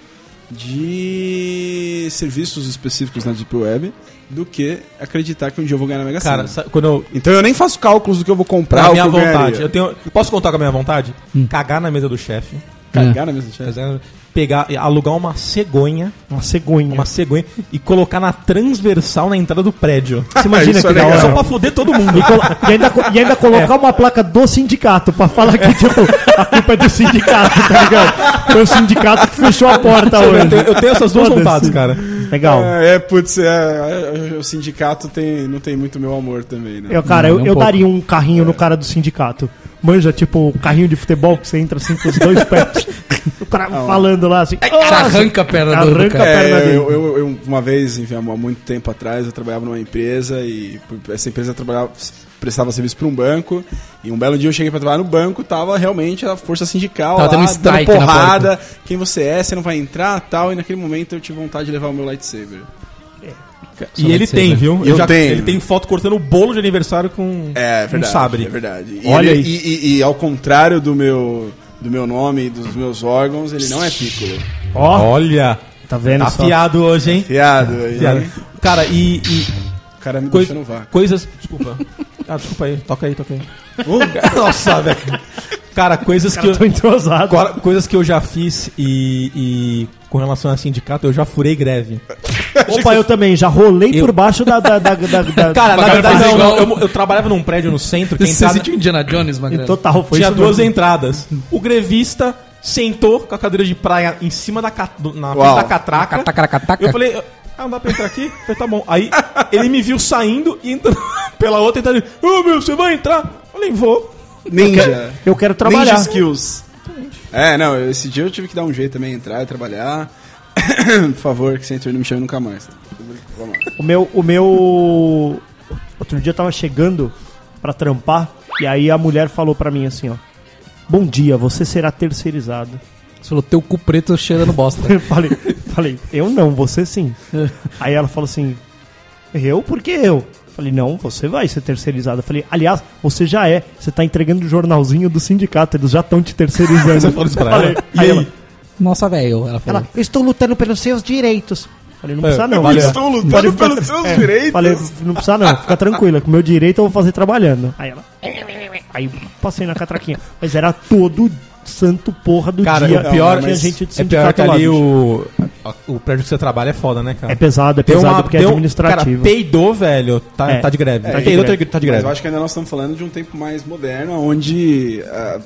Speaker 6: de serviços específicos na Deep Web do que acreditar que um dia eu vou ganhar na Mega
Speaker 2: Cara,
Speaker 6: Sena.
Speaker 2: sabe, quando eu.
Speaker 6: Então eu nem faço cálculos do que eu vou comprar,
Speaker 2: Pra
Speaker 6: o que
Speaker 2: minha
Speaker 6: eu
Speaker 2: vontade.
Speaker 6: ganharia.
Speaker 2: Eu tenho. Posso contar com a minha vontade? Cagar na mesa do chefe.
Speaker 3: É.
Speaker 6: Cagar na mesa do chefe.
Speaker 2: Fazer- Pegar, alugar uma cegonha,
Speaker 3: Uma cegonha.
Speaker 2: uma cegonha e colocar na transversal na entrada do prédio.
Speaker 3: Você imagina
Speaker 6: Isso
Speaker 3: que
Speaker 6: é
Speaker 3: da
Speaker 6: legal.
Speaker 3: hora.
Speaker 2: Só pra foder todo mundo.
Speaker 3: E, colo- e ainda, co- e ainda
Speaker 2: É.
Speaker 3: colocar uma placa do sindicato pra falar que, tipo, a culpa é do sindicato, tá ligado? Foi o sindicato que fechou a porta
Speaker 2: Eu
Speaker 3: hoje.
Speaker 2: tenho, eu tenho essas duas
Speaker 3: Foda-se.
Speaker 2: vontades, cara.
Speaker 3: Legal.
Speaker 6: É, é, putz, é, é, o sindicato tem, não tem muito meu amor também, né?
Speaker 3: Eu, cara,
Speaker 5: Não,
Speaker 3: eu,
Speaker 5: nem um
Speaker 3: eu
Speaker 5: pouco.
Speaker 3: daria um carrinho no cara do sindicato. Manja, tipo, um carrinho de futebol que você entra assim com os dois pés. O cara
Speaker 2: Ah,
Speaker 3: falando lá
Speaker 2: É
Speaker 3: assim.
Speaker 5: Você
Speaker 2: tá
Speaker 3: "Ah,
Speaker 5: arranca a perna do, do
Speaker 3: Arranca
Speaker 5: cara.
Speaker 3: a perna
Speaker 6: É,
Speaker 3: dele.
Speaker 6: eu, eu- eu- uma vez, enfim, há muito tempo atrás, eu trabalhava numa empresa e p- essa empresa trabalhava, prestava serviço para um banco. E um belo dia eu cheguei para trabalhar no banco, tava realmente a força sindical,
Speaker 5: Tava
Speaker 6: lá,
Speaker 5: tendo um
Speaker 6: dando
Speaker 5: strike na
Speaker 6: porrada, quem você é, você não vai entrar, tal. E naquele momento eu tive vontade de levar o meu lightsaber.
Speaker 2: E ele
Speaker 5: lightsaber.
Speaker 2: tem, viu?
Speaker 6: Eu tenho.
Speaker 2: Ele tem foto cortando o bolo de aniversário com
Speaker 6: É
Speaker 2: um
Speaker 6: verdade.
Speaker 2: sabre.
Speaker 6: É verdade. E
Speaker 3: Olha
Speaker 6: ele- E, e- e ao contrário do meu, do meu nome e dos meus órgãos, ele não é piccolo.
Speaker 3: Ó,
Speaker 2: Olha,
Speaker 3: tá vendo?
Speaker 2: tá
Speaker 3: só?
Speaker 2: afiado hoje, hein?
Speaker 6: Fiado. aí,
Speaker 2: Afiado.
Speaker 6: né?
Speaker 2: Cara, e. e
Speaker 6: O cara me
Speaker 2: coi-
Speaker 6: deixou no vácuo.
Speaker 2: coisas. Desculpa. Ah, desculpa aí, toca aí, toca aí.
Speaker 6: Uh.
Speaker 2: Nossa, velho. Cara, coisas que.
Speaker 3: Eu
Speaker 2: Eu...
Speaker 3: tô entrosado.
Speaker 2: Agora, coisas que eu já fiz e, e com relação a sindicato, eu já furei greve.
Speaker 3: Opa, eu também, já rolei
Speaker 2: Eu-
Speaker 3: por baixo da. da, da, da, da-
Speaker 2: Cara, na
Speaker 5: Cara,
Speaker 2: verdade,
Speaker 5: faz
Speaker 2: não,
Speaker 5: igual-
Speaker 2: eu, eu trabalhava num prédio no centro que a
Speaker 5: Você
Speaker 2: entrada
Speaker 5: sentiu Indiana tá Jones, Magrelo?
Speaker 3: Total, foi
Speaker 2: tinha
Speaker 3: isso
Speaker 2: duas
Speaker 3: mesmo.
Speaker 2: entradas. O grevista sentou com a cadeira de praia em cima da, ca- do- na frente
Speaker 6: Uau.
Speaker 2: da catraca.
Speaker 5: Tacaracataca.
Speaker 2: Eu falei, ah, não dá pra entrar aqui? Eu falei, tá bom. Aí ele me viu saindo e entrando pela outra e tá ali, ô meu, você vai entrar? Eu falei, vou.
Speaker 6: Ninja.
Speaker 3: Eu quero
Speaker 6: Ninja
Speaker 3: trabalhar.
Speaker 6: skills. É, não, esse dia eu tive que dar um jeito também, entrar e trabalhar. Por favor, que você entrou e não me chame nunca mais. né? Vamos lá.
Speaker 3: O meu, o meu. Outro dia eu tava chegando pra trampar e aí a mulher falou pra mim assim, ó. Bom dia, você será terceirizado.
Speaker 5: Você falou, teu cu preto cheirando bosta.
Speaker 3: Eu falei, falei, eu não, você sim. aí ela falou assim, eu? Por que eu? Eu Falei, não, você vai ser terceirizado. Eu Falei, aliás, você já é. Você tá entregando o jornalzinho do sindicato, eles já estão te terceirizando.
Speaker 2: Você falou isso pra
Speaker 3: Falei,
Speaker 2: ela?
Speaker 3: aí
Speaker 2: E
Speaker 3: ela,
Speaker 2: aí?
Speaker 5: Nossa, velho. Ela falou.
Speaker 3: ela, eu estou lutando pelos seus direitos. Eu Falei, não precisa não.
Speaker 2: valeu.
Speaker 3: mulher.
Speaker 6: Estou lutando
Speaker 3: Falei, fica-
Speaker 6: pelos seus direitos.
Speaker 3: É, Falei, não precisa não, fica tranquila, que o meu direito eu vou fazer trabalhando. Aí ela. Aí passei na catraquinha. Mas era todo santo porra do
Speaker 2: Cara,
Speaker 3: dia.
Speaker 2: o pior,
Speaker 3: tinha gente do
Speaker 2: é pior
Speaker 3: sindicato
Speaker 2: que
Speaker 3: lá,
Speaker 2: ali
Speaker 3: bicho.
Speaker 2: o, o prédio que você trabalha é foda, né, cara?
Speaker 3: É pesado, é
Speaker 2: Tem
Speaker 3: pesado, porque é
Speaker 2: tem um- Cara,
Speaker 3: administrativo.
Speaker 2: peidou, velho, tá,
Speaker 3: É,
Speaker 2: tá de greve.
Speaker 3: tá de
Speaker 2: peidou,
Speaker 3: greve.
Speaker 2: tá de
Speaker 6: Mas
Speaker 2: greve.
Speaker 6: eu acho que ainda nós estamos falando de um tempo mais moderno, onde ah,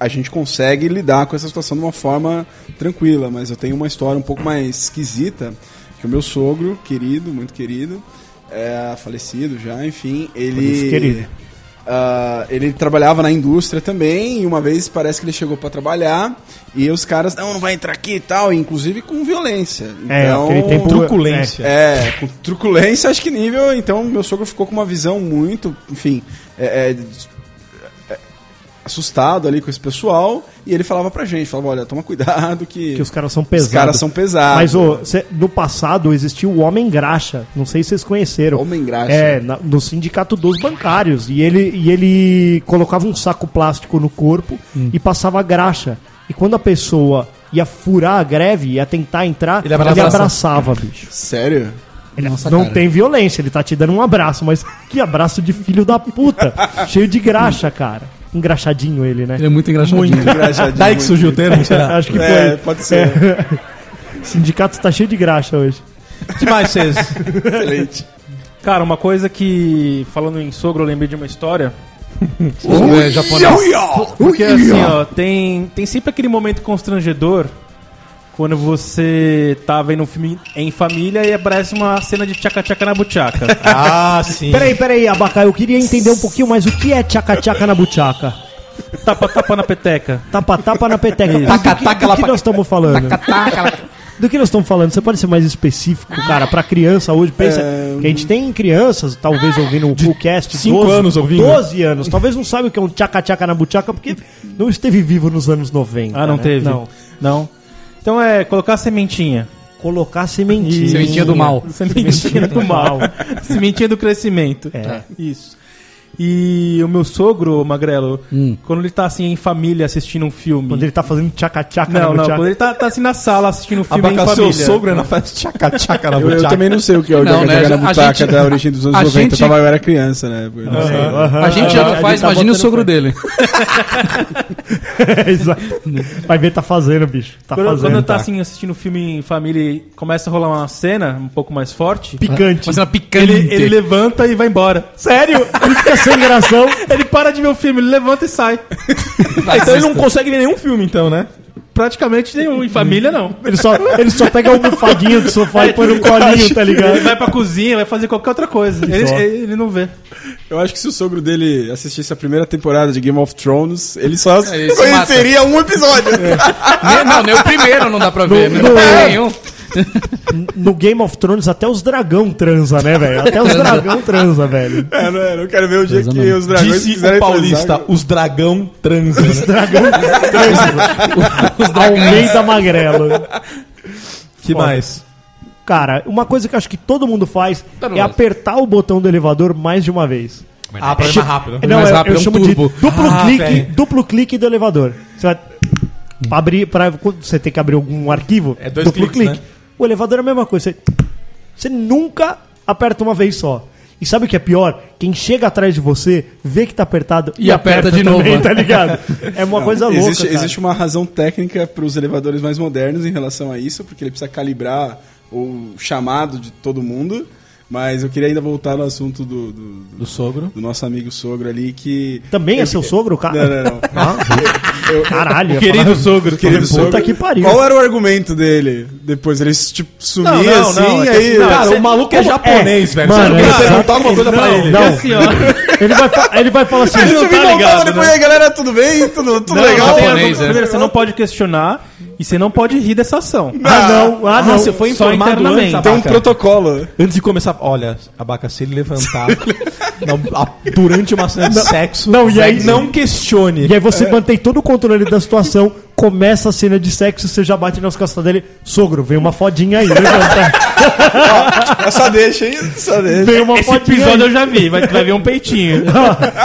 Speaker 6: a, gente consegue lidar com essa situação de uma forma tranquila. Mas eu tenho uma história um pouco mais esquisita, que o meu sogro, querido, muito querido, é, falecido já, enfim, ele...
Speaker 3: Falecido, querido.
Speaker 6: ah, ele trabalhava na indústria também, e uma vez parece que ele chegou pra trabalhar, e os caras, não, não vai entrar aqui e tal, inclusive com violência. Então,
Speaker 3: É, aquele tempo-
Speaker 2: um Truculência.
Speaker 6: É, com truculência, acho que nível. Então, meu sogro ficou com uma visão muito, enfim, é, é, é, assustado ali com esse pessoal. E ele falava pra gente: falava, olha, toma cuidado que,
Speaker 3: Que os caras são
Speaker 6: os
Speaker 3: pesados.
Speaker 6: caras são pesados.
Speaker 3: Mas ô, cê- no passado existia o Homem Graxa. Não sei se vocês conheceram.
Speaker 6: Homem graxa.
Speaker 3: É, na- no sindicato dos bancários. E ele, e ele colocava um saco plástico no corpo
Speaker 5: Hum.
Speaker 3: e passava graxa. E quando a pessoa ia furar a greve, ia tentar entrar,
Speaker 5: Ele
Speaker 3: ele
Speaker 5: abraçava.
Speaker 3: abraçava, bicho.
Speaker 6: Sério?
Speaker 3: Ele
Speaker 5: Nossa,
Speaker 3: não
Speaker 5: cara.
Speaker 3: tem violência, ele tá te dando um abraço, mas que abraço de filho da puta. cheio de graxa, cara. Engraxadinho ele, né?
Speaker 5: Ele é um muito engraçadinho.
Speaker 6: Engraxadinho,
Speaker 2: Daí que
Speaker 6: muito.
Speaker 2: surgiu o termo, será?
Speaker 3: Acho que foi.
Speaker 6: É, pode ser.
Speaker 3: O sindicato tá cheio de graxa hoje.
Speaker 2: O que mais vocês?
Speaker 6: Excelente.
Speaker 4: Cara, uma coisa que, falando em sogro, eu lembrei de uma história.
Speaker 5: É japonês.
Speaker 4: Porque
Speaker 3: é
Speaker 4: assim, ó, tem, tem sempre aquele momento constrangedor quando você tá vendo um filme em família e aparece uma cena de tchaca-tchaca na buchaca.
Speaker 2: Ah, sim.
Speaker 3: Peraí, peraí, Abacá, eu queria entender um pouquinho mais o que é tchaca-tchaca na buchaca.
Speaker 4: Tapa-tapa na peteca.
Speaker 3: Tapa-tapa na peteca. Do que, do que nós estamos falando?
Speaker 5: tá
Speaker 3: Do que nós estamos falando? Você pode ser mais específico, cara, pra criança hoje. Pensa
Speaker 4: É,
Speaker 3: que a gente tem crianças, talvez ouvindo o WhoCast.
Speaker 2: cinco anos ouvindo.
Speaker 3: 12 anos. Talvez não saiba o que é um tchaca-tchaca na buchaca, porque não esteve vivo nos anos 90.
Speaker 4: Ah, não
Speaker 3: né?
Speaker 4: teve?
Speaker 3: Não.
Speaker 4: Não. Então é colocar a sementinha.
Speaker 3: Colocar sementinha.
Speaker 5: Sementinha do mal.
Speaker 4: Sementinha do mal. Sementinha do crescimento.
Speaker 3: É.
Speaker 4: Isso. E o meu sogro, o Magrelo,
Speaker 2: Hum.
Speaker 4: quando ele tá assim em família assistindo um filme.
Speaker 3: Quando ele tá fazendo tchaca-tchaca na
Speaker 4: Não, não,
Speaker 3: buchaca.
Speaker 4: quando ele tá, tá assim na sala assistindo um filme em
Speaker 2: Abaca, seu
Speaker 4: família.
Speaker 2: sogro é na festa tchaca-tchaca na
Speaker 6: Eu, eu
Speaker 2: buchaca.
Speaker 6: também não sei o que é o
Speaker 5: Não,
Speaker 6: Joga
Speaker 5: né,
Speaker 6: Joga na
Speaker 5: a
Speaker 6: Butaca
Speaker 5: gente-
Speaker 6: da origem dos anos
Speaker 5: a
Speaker 6: 90.
Speaker 5: gente-
Speaker 6: Eu, tava, eu era criança, né? Eu não sei.
Speaker 5: A gente tá já não faz, imagina o sogro dele.
Speaker 3: É, Exato. Vai ver, tá fazendo, bicho. Tá
Speaker 4: Quando,
Speaker 3: fazendo.
Speaker 4: quando eu tá assim assistindo um filme em família e começa a rolar uma cena um pouco mais forte,
Speaker 3: Picante.
Speaker 5: Fazendo uma picante.
Speaker 4: ele, ele levanta e vai embora.
Speaker 3: Sério? Ele fica sem gração.
Speaker 4: Ele para de ver o filme, ele levanta e sai.
Speaker 2: Então ele não consegue ver nenhum filme, então, né?
Speaker 4: Praticamente nenhum. Em família, não.
Speaker 3: Ele só, ele só pega a almofadinha do sofá e põe no colinho, tá
Speaker 4: Ele
Speaker 3: ligado?
Speaker 4: vai pra cozinha, vai fazer qualquer outra coisa. Ele,
Speaker 3: dó.
Speaker 4: ele não vê.
Speaker 6: Eu acho que se o sogro dele assistisse a primeira temporada de Game of Thrones, ele só
Speaker 5: É, ele se É.
Speaker 6: conheceria um episódio.
Speaker 5: Nem- Não, nem o primeiro não dá pra ver.
Speaker 3: No-
Speaker 5: Não, dá pra
Speaker 3: no-
Speaker 5: ver nenhum.
Speaker 3: No Game of Thrones, até os dragão transa, né, velho? Até os dragão transa, velho.
Speaker 6: É, não, é, não quero ver o dia que os dragões
Speaker 2: Disse
Speaker 6: quiserem
Speaker 2: o paulista,
Speaker 6: transar.
Speaker 2: os dragão transam. né?
Speaker 5: Os dragões.
Speaker 3: Almeida Magrelo.
Speaker 2: que mais?
Speaker 3: Cara, uma coisa que eu acho que todo mundo faz
Speaker 5: Todo
Speaker 3: é
Speaker 5: mundo.
Speaker 3: apertar o botão do elevador mais de uma vez.
Speaker 2: Ah, pra ir mais rápido.
Speaker 3: É Não,
Speaker 5: mais
Speaker 3: eu,
Speaker 5: rápido,
Speaker 3: eu
Speaker 5: é um
Speaker 3: chamo
Speaker 5: turbo.
Speaker 3: de duplo
Speaker 2: Ah,
Speaker 3: clique,
Speaker 2: velho.
Speaker 3: duplo clique do elevador. Você vai pra abrir, pra, quando você tem que abrir algum arquivo,
Speaker 2: É dois
Speaker 3: duplo
Speaker 2: cliques, né?
Speaker 3: O elevador é a mesma coisa. Você, você nunca aperta uma vez só. E sabe o que é pior? Quem chega atrás de você, vê que tá apertado
Speaker 5: E aperta de novo.
Speaker 3: tá ligado? É uma coisa louca,
Speaker 6: existe,
Speaker 3: cara.
Speaker 6: existe um uma razão técnica para os elevadores mais modernos em relação a isso, porque ele precisa calibrar o chamado de todo mundo. Mas eu queria ainda voltar no assunto do, do, do-
Speaker 2: Do sogro.
Speaker 6: do nosso amigo sogro ali, que.
Speaker 3: Também é seu sogro,
Speaker 6: Não,
Speaker 3: cara?
Speaker 6: não, não.
Speaker 3: Caralho. ia
Speaker 2: Querido
Speaker 3: falar-
Speaker 2: sogro,
Speaker 6: Querido
Speaker 3: Puta
Speaker 6: sogro.
Speaker 3: que pariu.
Speaker 6: Qual era o argumento dele? Depois ele tipo, sumia
Speaker 2: Não, não,
Speaker 6: assim,
Speaker 2: não, é que-
Speaker 6: aí.
Speaker 2: não, Cara, o maluco é
Speaker 3: Como-
Speaker 2: japonês, velho.
Speaker 3: Mano,
Speaker 2: você não quer
Speaker 3: é
Speaker 2: perguntar alguma coisa pra ele.
Speaker 3: Não.
Speaker 4: Assim, ó.
Speaker 3: Ele vai, fa- ele vai falar assim,
Speaker 6: Aí
Speaker 3: não
Speaker 6: você me
Speaker 3: tá
Speaker 6: voltava
Speaker 3: ligado,
Speaker 6: depois,
Speaker 3: né?
Speaker 6: aí, galera, tudo bem? Tudo, tudo
Speaker 4: Não,
Speaker 6: legal?
Speaker 4: você-
Speaker 2: né?
Speaker 5: japonês,
Speaker 4: você-
Speaker 5: é.
Speaker 4: Você não pode questionar e você não pode rir dessa ação.
Speaker 3: Ah, não. Ah, não.
Speaker 2: você foi
Speaker 4: só
Speaker 2: informado antes,
Speaker 4: internamente.
Speaker 6: Tem um
Speaker 2: Abaca.
Speaker 6: protocolo.
Speaker 2: Antes de começar, olha, abaca, se ele levantar na- a- durante uma cena de sexo,
Speaker 3: não, e aí-
Speaker 2: não questione.
Speaker 3: E aí você mantém todo o controle da situação, começa a cena de sexo, você já bate nas costas dele. Sogro, vem uma fodinha aí, levanta.
Speaker 6: É só deixa aí, só deixa.
Speaker 3: Vem uma
Speaker 4: Esse
Speaker 3: fodinha
Speaker 4: episódio eu
Speaker 3: aí.
Speaker 4: já vi, vai, vai ver um peitinho.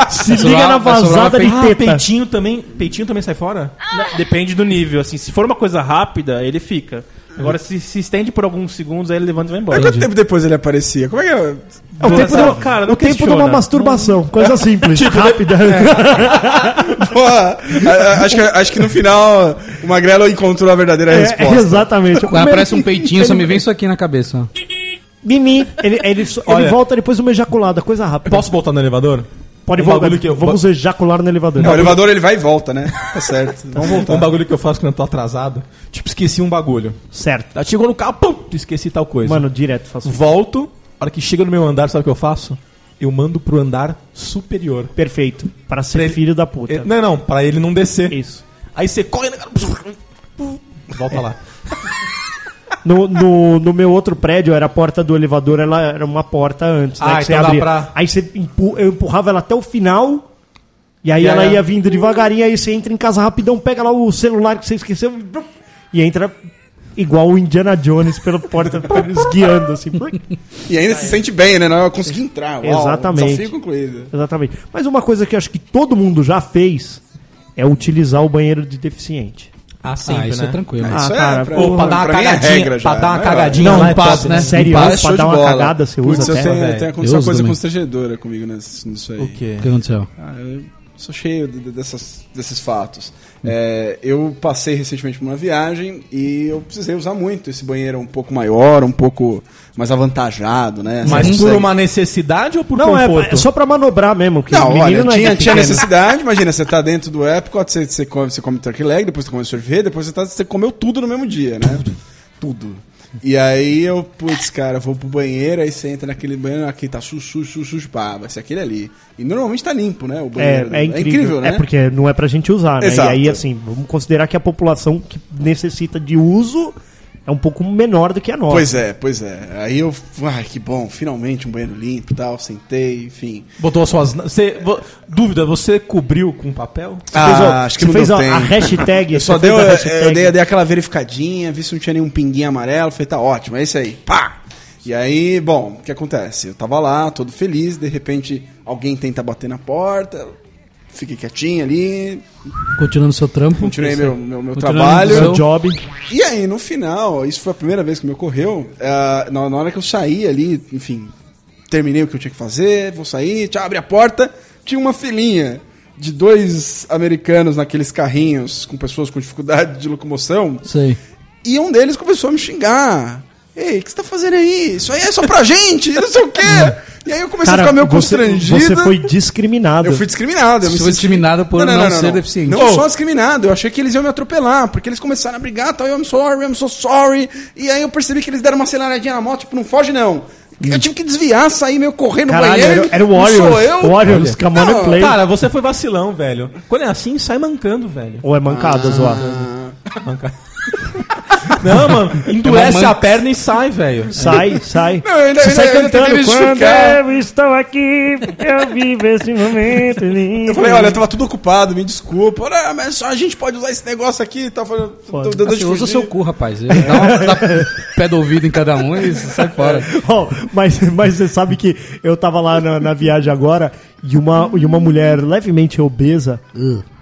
Speaker 3: Se
Speaker 5: sobrar-
Speaker 3: liga na
Speaker 5: vai sobrar
Speaker 3: vazada de
Speaker 5: uma pe-
Speaker 2: Ah,
Speaker 3: Ah, teta.
Speaker 2: peitinho também, peitinho também sai fora?
Speaker 4: Não, Depende do nível, assim. Se for uma coisa rápida, ele fica. Agora, se, se estende por alguns segundos, aí ele levanta e vai embora.
Speaker 6: Mas quanto tempo depois ele aparecia? Como é que é?
Speaker 3: É o tempo,
Speaker 4: Sabe,
Speaker 3: de,
Speaker 4: cara,
Speaker 3: o
Speaker 4: não
Speaker 3: tempo de
Speaker 4: questiona.
Speaker 3: uma masturbação, coisa simples,
Speaker 5: Tipo, é,
Speaker 3: rápida.
Speaker 6: Porra, a- a- acho, que, acho que no final o Magrelo encontrou a verdadeira
Speaker 3: É,
Speaker 6: resposta.
Speaker 3: exatamente. O
Speaker 5: Quando
Speaker 3: primeiro
Speaker 5: aparece
Speaker 3: que-
Speaker 5: um peitinho, só me vem isso aqui na cabeça. ó.
Speaker 3: Mimi, ele, ele, só- ele
Speaker 2: Olha.
Speaker 3: volta depois de uma ejaculada, coisa rápida.
Speaker 2: Posso voltar no elevador?
Speaker 3: Pode
Speaker 2: um
Speaker 3: voltar.
Speaker 2: bagulho que eu-
Speaker 3: Vamos ejacular no elevador.
Speaker 6: Não, o elevador ele vai e volta, né? Tá certo. Vamos voltar.
Speaker 2: Um bagulho que eu faço quando eu tô atrasado. Tipo, esqueci um bagulho.
Speaker 3: Certo.
Speaker 2: Aí Chegou no carro, pum, esqueci tal coisa.
Speaker 3: Mano, direto faço. um isso.
Speaker 2: Volto, a hora que chega no meu andar, sabe o que eu faço? Eu mando pro andar superior.
Speaker 3: Perfeito. Para ser
Speaker 2: Pra ele-
Speaker 3: filho da puta.
Speaker 2: Eh, Não, não, pra ele não descer.
Speaker 3: Isso.
Speaker 2: Aí você corre, né, cara? Volta lá.
Speaker 3: No, no, no meu outro prédio, era a porta do elevador, ela era uma porta antes, né?
Speaker 2: Ah,
Speaker 3: que você
Speaker 2: então dá
Speaker 3: abria.
Speaker 2: pra-
Speaker 3: Aí você empu- eu empurrava ela até o final, e aí ela
Speaker 2: aí-
Speaker 3: ia vindo devagarinho, aí você entra em casa rapidão, pega lá o celular que você esqueceu e brum, e entra igual o Indiana Jones pela porta esguiando, assim.
Speaker 6: E ainda se sente bem, né? Não, eu consegui entrar. Uau,
Speaker 3: Exatamente.
Speaker 6: Desafio concluído.
Speaker 3: Exatamente. Mas uma coisa que eu acho que todo mundo já fez é utilizar o banheiro de deficiente.
Speaker 2: Ah,
Speaker 5: ah, isso é tranquilo.
Speaker 3: Ah, cara,
Speaker 6: pra,
Speaker 2: Ou pra dar uma
Speaker 6: pra mim é
Speaker 2: cagadinha,
Speaker 6: regra já.
Speaker 2: pra dar uma
Speaker 6: Vai,
Speaker 2: cagadinha
Speaker 5: Não,
Speaker 2: lá é
Speaker 5: um passo,
Speaker 2: top,
Speaker 5: né?
Speaker 3: Sério,
Speaker 5: Pá,
Speaker 6: vai.
Speaker 5: é
Speaker 3: pra
Speaker 6: Show de
Speaker 3: dar uma
Speaker 6: bola.
Speaker 3: cagada, você
Speaker 6: Putz,
Speaker 3: usa
Speaker 6: eu
Speaker 3: até.
Speaker 6: tenho, um
Speaker 2: velho.
Speaker 6: tem acontecido
Speaker 5: Eu
Speaker 6: uma
Speaker 5: uso
Speaker 6: coisa
Speaker 5: também.
Speaker 6: constrangedora comigo nesse- nisso aí.
Speaker 2: O quê?
Speaker 5: O que aconteceu?
Speaker 6: Ah, eu sou cheio de- de- dessas, desses fatos. É, eu passei recentemente por uma viagem e eu precisei usar muito. Esse banheiro é um pouco maior, um pouco mais avantajado, né? Você
Speaker 2: Mas por
Speaker 6: consegue-
Speaker 2: uma necessidade ou por
Speaker 3: Não, é,
Speaker 2: conforto?
Speaker 3: é só pra manobrar mesmo. Porque
Speaker 6: Não,
Speaker 3: menino
Speaker 6: olha,
Speaker 3: não é
Speaker 6: tinha, tinha
Speaker 3: pequeno.
Speaker 6: necessidade, imagina, você tá dentro do Epcot, você, você come, você come turkey leg, depois você come sorvete, depois você, tá, você comeu tudo no mesmo dia, né? Tudo. E aí eu, putz, cara, vou pro banheiro, aí você entra naquele banheiro, aqui tá su, su, su, su, pá, vai ser aquele ali. E normalmente tá limpo, né? O banheiro. né?
Speaker 3: É, é incrível. É, porque não é pra gente usar, né?
Speaker 6: Exato.
Speaker 3: E aí, assim, vamos considerar que a população que necessita de uso é um pouco menor do que a nossa.
Speaker 6: Pois é, pois é. Aí eu, ai, que bom, finalmente um banheiro limpo e tal, sentei, enfim.
Speaker 2: é, Botou as suas. Você... vo- Dúvida, você cobriu com papel?
Speaker 3: Fez, ó,
Speaker 6: acho que
Speaker 3: você
Speaker 6: não
Speaker 3: fez
Speaker 6: deu
Speaker 3: a, a
Speaker 6: tempo.
Speaker 3: hashtag.
Speaker 6: Eu só
Speaker 3: você fez
Speaker 6: deu,
Speaker 3: a
Speaker 6: eu,
Speaker 3: hashtag.
Speaker 6: eu dei, eu dei aquela verificadinha, vi se não tinha nenhum pinguinho amarelo, falei, tá ótimo, é isso aí, pá! E aí, bom, o que acontece? Eu tava lá, todo feliz, de repente alguém tenta bater na porta, eu fiquei quietinho ali,
Speaker 5: Continuando seu trampo.
Speaker 6: continuei meu, meu, meu
Speaker 5: Continuando
Speaker 6: trabalho.
Speaker 5: seu-
Speaker 3: Seu job.
Speaker 6: E aí, no final, isso foi a primeira vez que me ocorreu. eh, na, na hora que eu saí ali, enfim, terminei o que eu tinha que fazer, vou sair, tchau, abri a porta, tinha uma filinha de dois americanos naqueles carrinhos com pessoas com dificuldade de locomoção.
Speaker 5: Sei.
Speaker 6: E um deles começou a me xingar. Ei, o que você tá fazendo aí? Isso aí é só pra gente, eu não sei o quê. E aí eu comecei a
Speaker 3: Cara,
Speaker 6: ficar meio
Speaker 3: você,
Speaker 6: constrangido.
Speaker 3: você foi discriminado.
Speaker 6: Eu fui discriminado. Eu me
Speaker 5: Você foi
Speaker 6: senti-
Speaker 5: discriminado por não ser deficiente.
Speaker 6: Não
Speaker 3: Oh.
Speaker 6: só discriminado, eu achei que eles iam me atropelar, porque eles começaram a brigar, tal, eu I'm sorry, I'm so sorry. E aí eu percebi que eles deram uma aceleradinha na moto, tipo, não foge não. Eu tive que desviar, sair meio correndo no
Speaker 3: Caralho,
Speaker 6: banheiro.
Speaker 3: era, era o
Speaker 6: não
Speaker 3: Warriors.
Speaker 6: Sou eu.
Speaker 3: Warriors, come on and
Speaker 6: Não,
Speaker 3: play.
Speaker 2: Cara, você foi vacilão, velho. Quando é assim, sai mancando, velho.
Speaker 3: Ou é
Speaker 6: Ah.
Speaker 3: mancada, zoar.
Speaker 2: Manca- Não, mano, é endurece
Speaker 5: manca.
Speaker 2: a perna e sai, velho.
Speaker 3: Sai, sai.
Speaker 6: Não, eu ainda-
Speaker 3: Você sai
Speaker 6: ainda- ainda
Speaker 3: cantando.
Speaker 6: tentei me
Speaker 3: Quando
Speaker 6: justificar.
Speaker 3: eu estou aqui, eu vivo esse momento lindo.
Speaker 6: Eu falei, olha, eu tava tudo ocupado, me desculpa. Olha, mas só a gente pode usar esse negócio aqui. Tá falando, tô, tô, dando
Speaker 5: Assim,
Speaker 6: de
Speaker 5: usa o
Speaker 6: fugir.
Speaker 5: seu cu, rapaz. Dá, um, dá pé do ouvido em cada um e sai fora.
Speaker 3: Ó, mas, mas você sabe que eu tava lá na, na viagem agora e uma, e uma mulher levemente obesa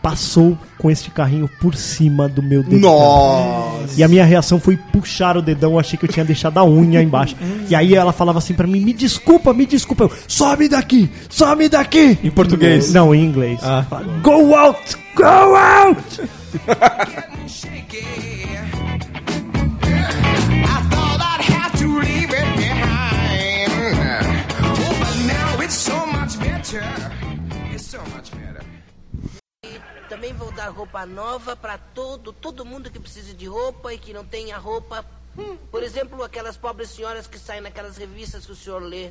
Speaker 3: passou com este carrinho por cima do meu dedão.
Speaker 6: Nossa.
Speaker 3: E a minha reação foi puxar o dedão, eu achei que eu tinha deixado a unha embaixo. E aí ela falava assim pra mim: me desculpa, me desculpa. Eu, sobe daqui, sobe daqui.
Speaker 2: Em português.
Speaker 3: Não, em inglês.
Speaker 2: Ah.
Speaker 3: Fala, Go out, go out.
Speaker 7: I thought I'd have to leave it behind.
Speaker 9: dar roupa nova pra todo, todo Um mundo que precisa de roupa e que não tenha roupa. Por exemplo, aquelas pobres senhoras que saem naquelas revistas que o senhor lê.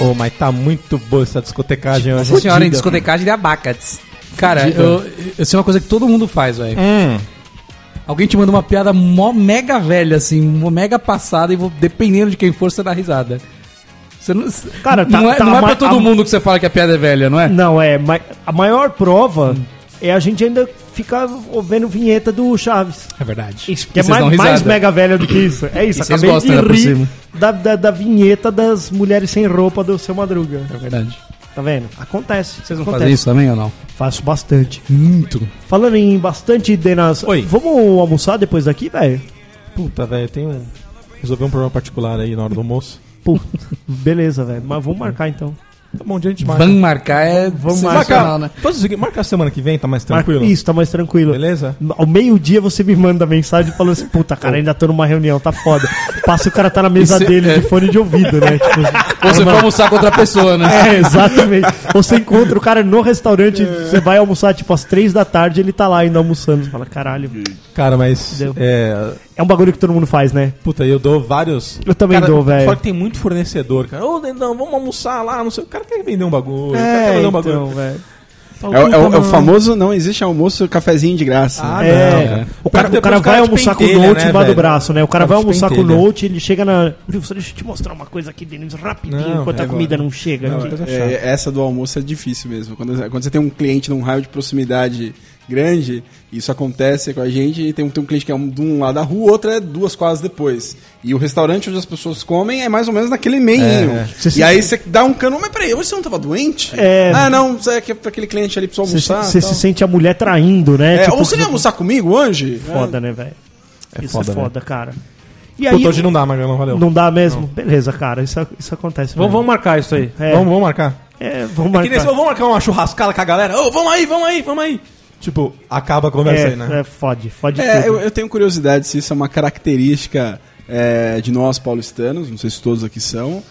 Speaker 2: Ô, mas tá muito boa essa discotecagem hoje.
Speaker 5: Essa senhora em discotecagem de abacates. Cara, eu, eu sei uma coisa que todo mundo faz, velho.
Speaker 2: Hum,
Speaker 5: Alguém te manda uma piada mó mega velha, assim, mó mega passada, e vo- dependendo de quem for, você dá risada. Você não,
Speaker 3: Cara, tá-
Speaker 5: não é,
Speaker 3: tá
Speaker 5: não é pra
Speaker 3: ma-
Speaker 5: todo
Speaker 3: a-
Speaker 5: mundo que você fala que a piada é velha, não é?
Speaker 3: Não, é. ma- a maior prova é a gente ainda ficar vendo vinheta do Chaves.
Speaker 5: É verdade.
Speaker 3: Isso, que é
Speaker 5: vocês dão
Speaker 3: mais,
Speaker 5: risada.
Speaker 3: mais mega velha do que isso. É isso,
Speaker 5: E vocês
Speaker 3: acabei
Speaker 5: gostam, né,
Speaker 3: de
Speaker 5: por
Speaker 3: rir
Speaker 5: cima.
Speaker 3: da, da, da vinheta das mulheres sem roupa do Seu Madruga.
Speaker 5: É verdade.
Speaker 3: Tá vendo? Acontece.
Speaker 5: Vocês não
Speaker 3: acontece.
Speaker 5: fazem isso também ou não?
Speaker 3: Faço bastante.
Speaker 5: Muito.
Speaker 3: Falando em bastante, Denas,
Speaker 2: Oi.
Speaker 3: vamos almoçar depois daqui, velho?
Speaker 2: puta, velho, tem um. Resolver um problema particular aí na hora do almoço.
Speaker 3: Pô, Beleza, velho. Mas vamos marcar então.
Speaker 2: Tá bom, um dia a gente marca.
Speaker 5: Van marcar é
Speaker 3: Vamos
Speaker 5: sensacional,
Speaker 2: Marca,
Speaker 5: né?
Speaker 2: faz o seguinte, marca a semana que vem, tá mais tranquilo?
Speaker 3: Marca- Isso, tá mais tranquilo.
Speaker 2: Beleza?
Speaker 3: Ao meio-dia você me manda mensagem falando assim, puta, cara, ainda tô numa reunião, tá foda. Passa o cara tá na mesa
Speaker 5: Isso é-
Speaker 3: dele
Speaker 5: é.
Speaker 3: de fone de ouvido, né? Tipo,
Speaker 5: Ou você for
Speaker 3: mano.
Speaker 5: almoçar com outra pessoa, né?
Speaker 3: é, exatamente. Você encontra o cara no
Speaker 6: É.
Speaker 3: restaurante, você vai almoçar, tipo, às três da tarde, ele tá lá ainda almoçando. Você fala, caralho.
Speaker 2: Cara, mas.
Speaker 3: Deu.
Speaker 2: É,
Speaker 3: É um bagulho que todo mundo faz, né?
Speaker 2: puta, eu dou vários.
Speaker 3: Eu também
Speaker 2: Cara,
Speaker 3: dou, velho.
Speaker 2: Fora que tem muito fornecedor, cara. Ô, Dendão, vamos almoçar lá, não sei. O cara quer vender um bagulho. o cara quer
Speaker 3: É,
Speaker 2: vender um
Speaker 3: então,
Speaker 2: bagulho.
Speaker 3: velho.
Speaker 6: É,
Speaker 3: um
Speaker 6: o- é o- é o famoso não existe almoço, cafezinho de graça.
Speaker 2: Ah,
Speaker 3: É,
Speaker 2: não, cara.
Speaker 3: o cara, o
Speaker 2: depois
Speaker 3: cara vai
Speaker 2: te
Speaker 3: almoçar com o
Speaker 2: pentelha,
Speaker 3: note
Speaker 2: né,
Speaker 3: e vai do
Speaker 2: velho?
Speaker 3: braço, né? O cara
Speaker 2: O cara
Speaker 3: vai
Speaker 2: te
Speaker 3: almoçar com o
Speaker 2: pentelha.
Speaker 3: note, ele chega na. Viu, só deixa eu te mostrar uma coisa aqui, Denis, rapidinho,
Speaker 2: Não,
Speaker 3: enquanto a
Speaker 2: é,
Speaker 3: comida não chega. né? aqui.
Speaker 2: coisa
Speaker 6: É, essa do almoço é difícil mesmo. Quando, quando você tem um cliente num raio de proximidade grande, isso acontece com a gente. E tem, tem um cliente que é um- de um lado da rua, outro é duas quadras depois. E o restaurante onde as pessoas comem é mais ou menos naquele meio.
Speaker 3: é. Você se-
Speaker 6: E aí você dá um cano, mas peraí, hoje você não tava doente?
Speaker 3: É.
Speaker 6: Ah, não, isso é que- aquele cliente ali precisou
Speaker 3: Você
Speaker 6: almoçar.
Speaker 3: se- você
Speaker 2: então.
Speaker 6: tal.
Speaker 3: se sente a mulher traindo, né?
Speaker 6: É,
Speaker 3: Tipo,
Speaker 6: ou você ia almoçar comigo hoje?
Speaker 3: Foda, né, velho? isso
Speaker 2: foda, né?
Speaker 3: é
Speaker 2: velho.
Speaker 3: foda, cara. E aí,
Speaker 2: Puta, hoje não dá, Magalhães, valeu.
Speaker 3: não dá mesmo? Beleza, cara, isso, isso acontece.
Speaker 4: Vamos,
Speaker 3: mesmo.
Speaker 4: vamos marcar isso aí.
Speaker 3: É,
Speaker 2: Vamos, vamos marcar.
Speaker 3: é, vamos
Speaker 2: É que nesse,
Speaker 3: marcar.
Speaker 2: "Ô, vamos marcar uma churrascada com a galera. Ô, vamos aí, vamos aí, vamos aí. Tipo, acaba a conversa aí,
Speaker 3: É,
Speaker 2: né?
Speaker 3: é, fode, fode
Speaker 6: É,
Speaker 3: tudo.
Speaker 6: eu, eu tenho curiosidade se isso é uma característica é, de nós paulistanos, não sei se todos aqui são,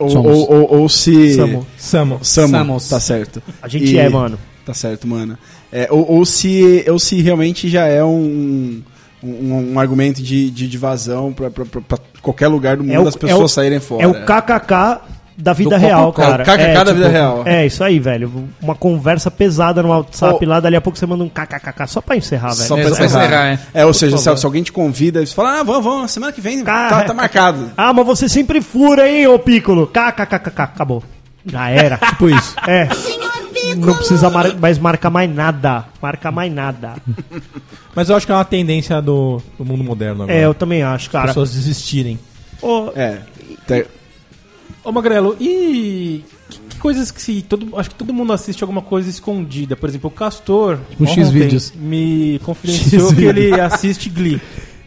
Speaker 6: ou,
Speaker 5: Somos.
Speaker 6: ou- ou- ou se.
Speaker 3: é,
Speaker 2: Samo. Samo.
Speaker 6: Samo,
Speaker 5: Samos.
Speaker 6: tá certo.
Speaker 3: A gente é, mano.
Speaker 6: Tá certo, mano. É, ou, ou se, ou se realmente já é um, um, um argumento de, de, de vazão pra, pra- pra- pra qualquer lugar do mundo as pessoas saírem fora.
Speaker 3: É o KKK da vida
Speaker 5: Do
Speaker 3: real,
Speaker 5: Cococó.
Speaker 3: cara.
Speaker 6: É o KKK da vida real.
Speaker 3: É, isso aí, velho. Uma conversa pesada no WhatsApp
Speaker 6: Ô.
Speaker 3: lá, dali a pouco você manda um KKK só pra encerrar, velho.
Speaker 6: Só
Speaker 5: É,
Speaker 6: pra
Speaker 5: só pra encerrar,
Speaker 6: encerrar.
Speaker 5: é.
Speaker 6: É, ou seja, se, se alguém te convida, você fala, ah, vamos, vamos, semana que vem,
Speaker 3: Cara,
Speaker 6: tá, tá marcado.
Speaker 3: Ah, mas você sempre fura, hein, ô Piccolo? KKKKK, acabou. Já era. tipo isso. É. Não precisa mar- mais marcar mais nada. Marcar mais nada.
Speaker 2: Mas eu acho que é uma tendência do, do mundo moderno agora.
Speaker 3: É, eu também acho,
Speaker 2: As
Speaker 3: cara.
Speaker 2: pessoas desistirem.
Speaker 3: Ô,
Speaker 6: É. Te-
Speaker 4: Ô Magrelo, e que, que coisas que se. Todo, acho que todo mundo assiste alguma coisa escondida. Por exemplo, o Castor
Speaker 5: Tipo um X-Vídeos.
Speaker 4: me confidenciou que ele assiste Glee.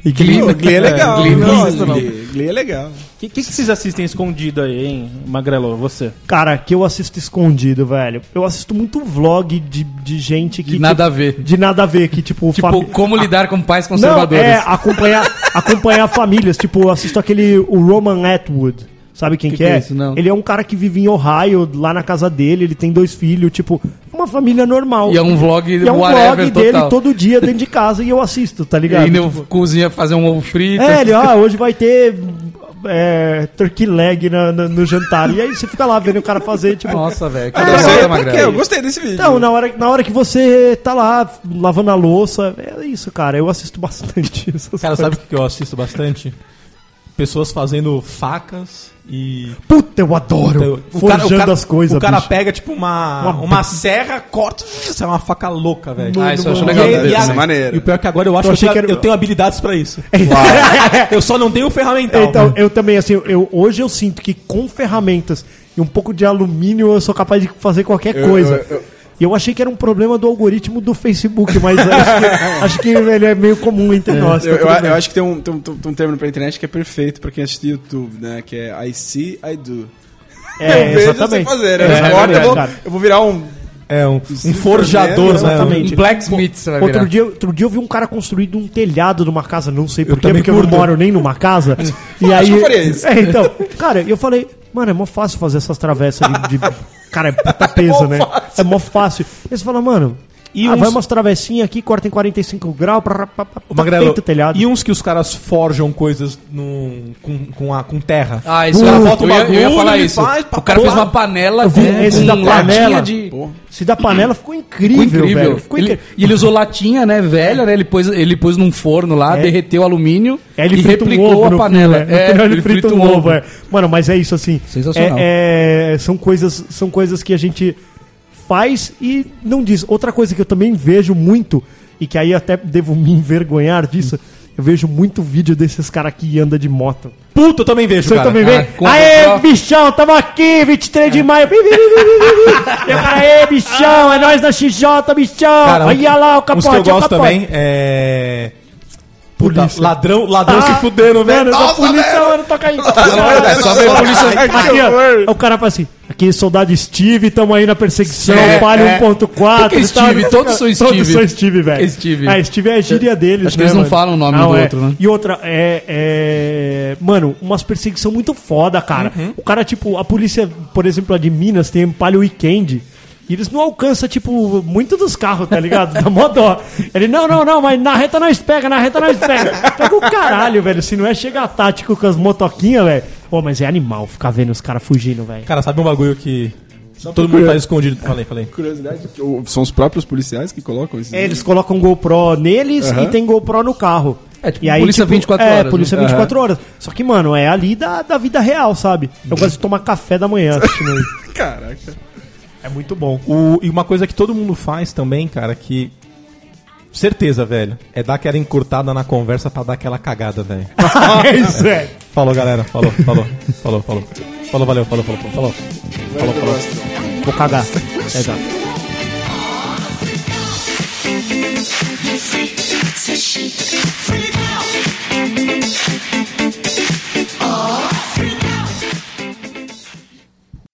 Speaker 5: E Glee,
Speaker 6: Pô, Glee é legal.
Speaker 5: Glee,
Speaker 6: não,
Speaker 5: não assisto, não.
Speaker 6: Glee- Glee é legal.
Speaker 4: O que, que, que vocês assistem escondido aí, hein, Magrelo? Você.
Speaker 3: Cara, que eu assisto escondido, velho. Eu assisto muito vlog de, de gente que. tipo,
Speaker 5: De nada a ver.
Speaker 3: De nada a ver, que tipo.
Speaker 5: Tipo,
Speaker 3: fami-
Speaker 5: como lidar com pais
Speaker 3: Não,
Speaker 5: conservadores.
Speaker 3: é acompanhar, acompanhar famílias. Tipo, eu assisto aquele o Roman Atwood. Sabe quem que,
Speaker 5: Que que
Speaker 3: é?
Speaker 5: é isso? Não.
Speaker 3: Ele é um cara que vive em Ohio, lá na casa dele, ele tem dois filhos, tipo, uma família normal.
Speaker 5: E é um vlog,
Speaker 3: E é um
Speaker 5: whatever,
Speaker 3: vlog dele
Speaker 5: total.
Speaker 3: todo dia dentro de casa e eu assisto, tá
Speaker 5: E
Speaker 3: ligado?
Speaker 5: ainda
Speaker 3: Tipo,
Speaker 5: eu cozinha fazer um ovo frito.
Speaker 3: é, ele, ah, hoje vai ter é, turkey leg na- na- no jantar. E aí você fica lá vendo o cara fazer, tipo,
Speaker 5: Nossa, velho.
Speaker 6: Ah,
Speaker 5: Cadê
Speaker 6: pra
Speaker 5: você,
Speaker 6: quê? Pra
Speaker 5: Magrelo?
Speaker 6: quê? Eu gostei desse vídeo.
Speaker 3: Então, na hora, na hora que você tá lá lavando a louça, é isso, cara. Eu assisto bastante essas
Speaker 2: Cara,
Speaker 3: coisas.
Speaker 2: sabe o que eu assisto bastante? Pessoas fazendo facas e.
Speaker 3: Puta, eu adoro.
Speaker 2: O
Speaker 3: forjando
Speaker 2: cara- o cara-
Speaker 3: as coisas,
Speaker 2: O cara
Speaker 3: bicho.
Speaker 2: pega, tipo, uma, uma,
Speaker 3: Uma-
Speaker 2: serra, corta. Isso é uma faca louca, velho.
Speaker 5: Ah, isso eu acho
Speaker 2: E
Speaker 5: legal.
Speaker 2: aí-
Speaker 6: deve
Speaker 2: e,
Speaker 6: ser
Speaker 2: a-
Speaker 6: maneiro.
Speaker 2: e o pior é que agora eu acho que
Speaker 3: Eu achei
Speaker 2: eu,
Speaker 3: que era- É.
Speaker 2: eu tenho habilidades pra isso. eu só não tenho o ferramental.
Speaker 3: Então, eu também, assim, eu, hoje eu sinto que com ferramentas e um pouco de alumínio eu sou capaz de fazer qualquer coisa. E eu, achei que era um problema do algoritmo do Facebook, mas acho que, acho que ele é meio comum entre nós. tá
Speaker 6: Eu, eu-
Speaker 3: tudo bem.
Speaker 6: eu acho que tem um, tem, um, tem um termo pra internet que é perfeito pra quem assiste YouTube, né? Que é I see, I do.
Speaker 3: é,
Speaker 6: eu vejo você
Speaker 3: exatamente.
Speaker 6: fazer,
Speaker 3: É,
Speaker 6: né? Agora eu,
Speaker 3: exatamente,
Speaker 6: vou,
Speaker 3: cara.
Speaker 6: eu vou virar um é
Speaker 2: É, um, um forjador,
Speaker 6: Sim,
Speaker 2: né?
Speaker 3: exatamente.
Speaker 5: Blacksmith, Um você vai
Speaker 3: tipo, Outro
Speaker 5: virar.
Speaker 3: dia, outro dia eu vi um cara construindo um telhado numa casa, não sei porquê,
Speaker 2: também
Speaker 3: porque eu não
Speaker 2: curto.
Speaker 3: moro nem numa casa. e aí.
Speaker 6: que eu faria isso.
Speaker 3: É, então, cara, eu falei, mano, é mó fácil fazer essas travessas de. de- Cara, é puta peso, né? É mó fácil. Eles falam, mano.
Speaker 2: E
Speaker 3: ah,
Speaker 2: uns-
Speaker 3: vai umas travessinhas aqui, corta em 45 graus, pra, pra, pra, tá
Speaker 2: O Magrelo,
Speaker 3: feito o telhado.
Speaker 2: e um uns que os caras forjam coisas num- com, com, a, com terra.
Speaker 5: Ah, isso
Speaker 2: Ela
Speaker 5: eu,
Speaker 2: bota o
Speaker 5: eu, ia- eu ia
Speaker 2: bagulho,
Speaker 5: falar
Speaker 2: ele
Speaker 5: isso.
Speaker 2: faz, pá,
Speaker 5: o cara fez
Speaker 2: pá.
Speaker 5: uma panela
Speaker 3: Eu vi
Speaker 5: com,
Speaker 3: esse da
Speaker 5: com
Speaker 3: panela.
Speaker 5: latinha de.
Speaker 3: Se da panela ficou incrível,
Speaker 5: Ficou incrível.
Speaker 3: velho. Ficou
Speaker 5: Ele-
Speaker 3: incrível.
Speaker 5: e ele usou latinha, né, velha, né? Ele pôs, ele pôs num forno lá,
Speaker 3: É.
Speaker 5: derreteu o alumínio
Speaker 3: Aí ele
Speaker 5: e
Speaker 3: frita um
Speaker 5: replicou
Speaker 3: ovo no
Speaker 5: a panela.
Speaker 3: fim, né? No
Speaker 2: É,
Speaker 3: final ele, frita, um ovo. é. Mano, mas é isso assim.
Speaker 5: Sensacional.
Speaker 3: é- é- são coisas, são coisas que a gente faz e não diz. Outra coisa que eu também vejo muito e que aí até devo me envergonhar disso. Eu vejo muito vídeo desses caras que anda de moto.
Speaker 2: Puta, eu também vejo,
Speaker 3: Você
Speaker 2: cara.
Speaker 3: também vê?
Speaker 5: ah, com a
Speaker 3: Aê,
Speaker 5: GoPro.
Speaker 3: bichão, tamo aqui, 23 de maio. E o cara, aê, bichão, é nós na XJ, bichão.
Speaker 2: Ah, Cara,
Speaker 3: Olha lá o capote,
Speaker 2: Uns que eu
Speaker 3: olha o
Speaker 2: gosto
Speaker 3: capote.
Speaker 2: também é... Puta,
Speaker 3: Polícia.
Speaker 2: ladrão, ladrão
Speaker 3: Ah,
Speaker 2: se fudendo, velho.
Speaker 3: Mano, da polícia, mano, toca aí.
Speaker 5: Só veio a polícia.
Speaker 3: Aqui, ó, aí o cara fala assim: aqui, soldado Steve, tamo aí na perseguição,
Speaker 5: É,
Speaker 3: palio
Speaker 5: é.
Speaker 3: 1.4.
Speaker 5: Por que
Speaker 3: e tal.
Speaker 5: Steve? Todos são
Speaker 3: Todos
Speaker 5: Steve.
Speaker 3: são Steve, velho.
Speaker 5: É Steve.
Speaker 3: Ah, Steve é a gíria deles,
Speaker 5: Acho que eles não falam o nome do
Speaker 3: é.
Speaker 5: outro, né?
Speaker 3: E outra, é. é- Mano, umas perseguição muito foda, cara. O cara, tipo, a polícia, por exemplo, a de Minas tem um palio weekend. E eles não alcançam, tipo, muito dos carros, tá ligado? Dá mó dó. Ele, não, não, não, mas na reta nós pega, na reta nós pega. Pega o caralho, velho. Se não é chegar tático com as motoquinhas, velho. Pô, mas é animal ficar vendo os caras fugindo, velho.
Speaker 2: Cara, sabe um bagulho que todo mundo faz escondido? Falei, falei.
Speaker 6: Curiosidade, que o- são os próprios policiais que colocam esses...
Speaker 3: É, Eles colocam GoPro neles e tem GoPro no carro.
Speaker 5: É, tipo, polícia 24
Speaker 3: é,
Speaker 5: horas, né?
Speaker 3: polícia 24 horas. Só que, mano, é ali da, da vida real, sabe? Eu gosto de tomar café da manhã assistindo isso.
Speaker 6: Caraca.
Speaker 3: É muito bom.
Speaker 2: O- e uma coisa que todo mundo faz também, cara, que. Certeza, velho. É dar aquela encurtada na conversa pra dar aquela cagada, velho.
Speaker 3: é isso, é.
Speaker 2: Falou, galera. Falou, falou, falou, falou. Falou, valeu, falou, falou, falou, falou. Falou, falou.
Speaker 3: Vou cagar. Exato.
Speaker 8: Freak out.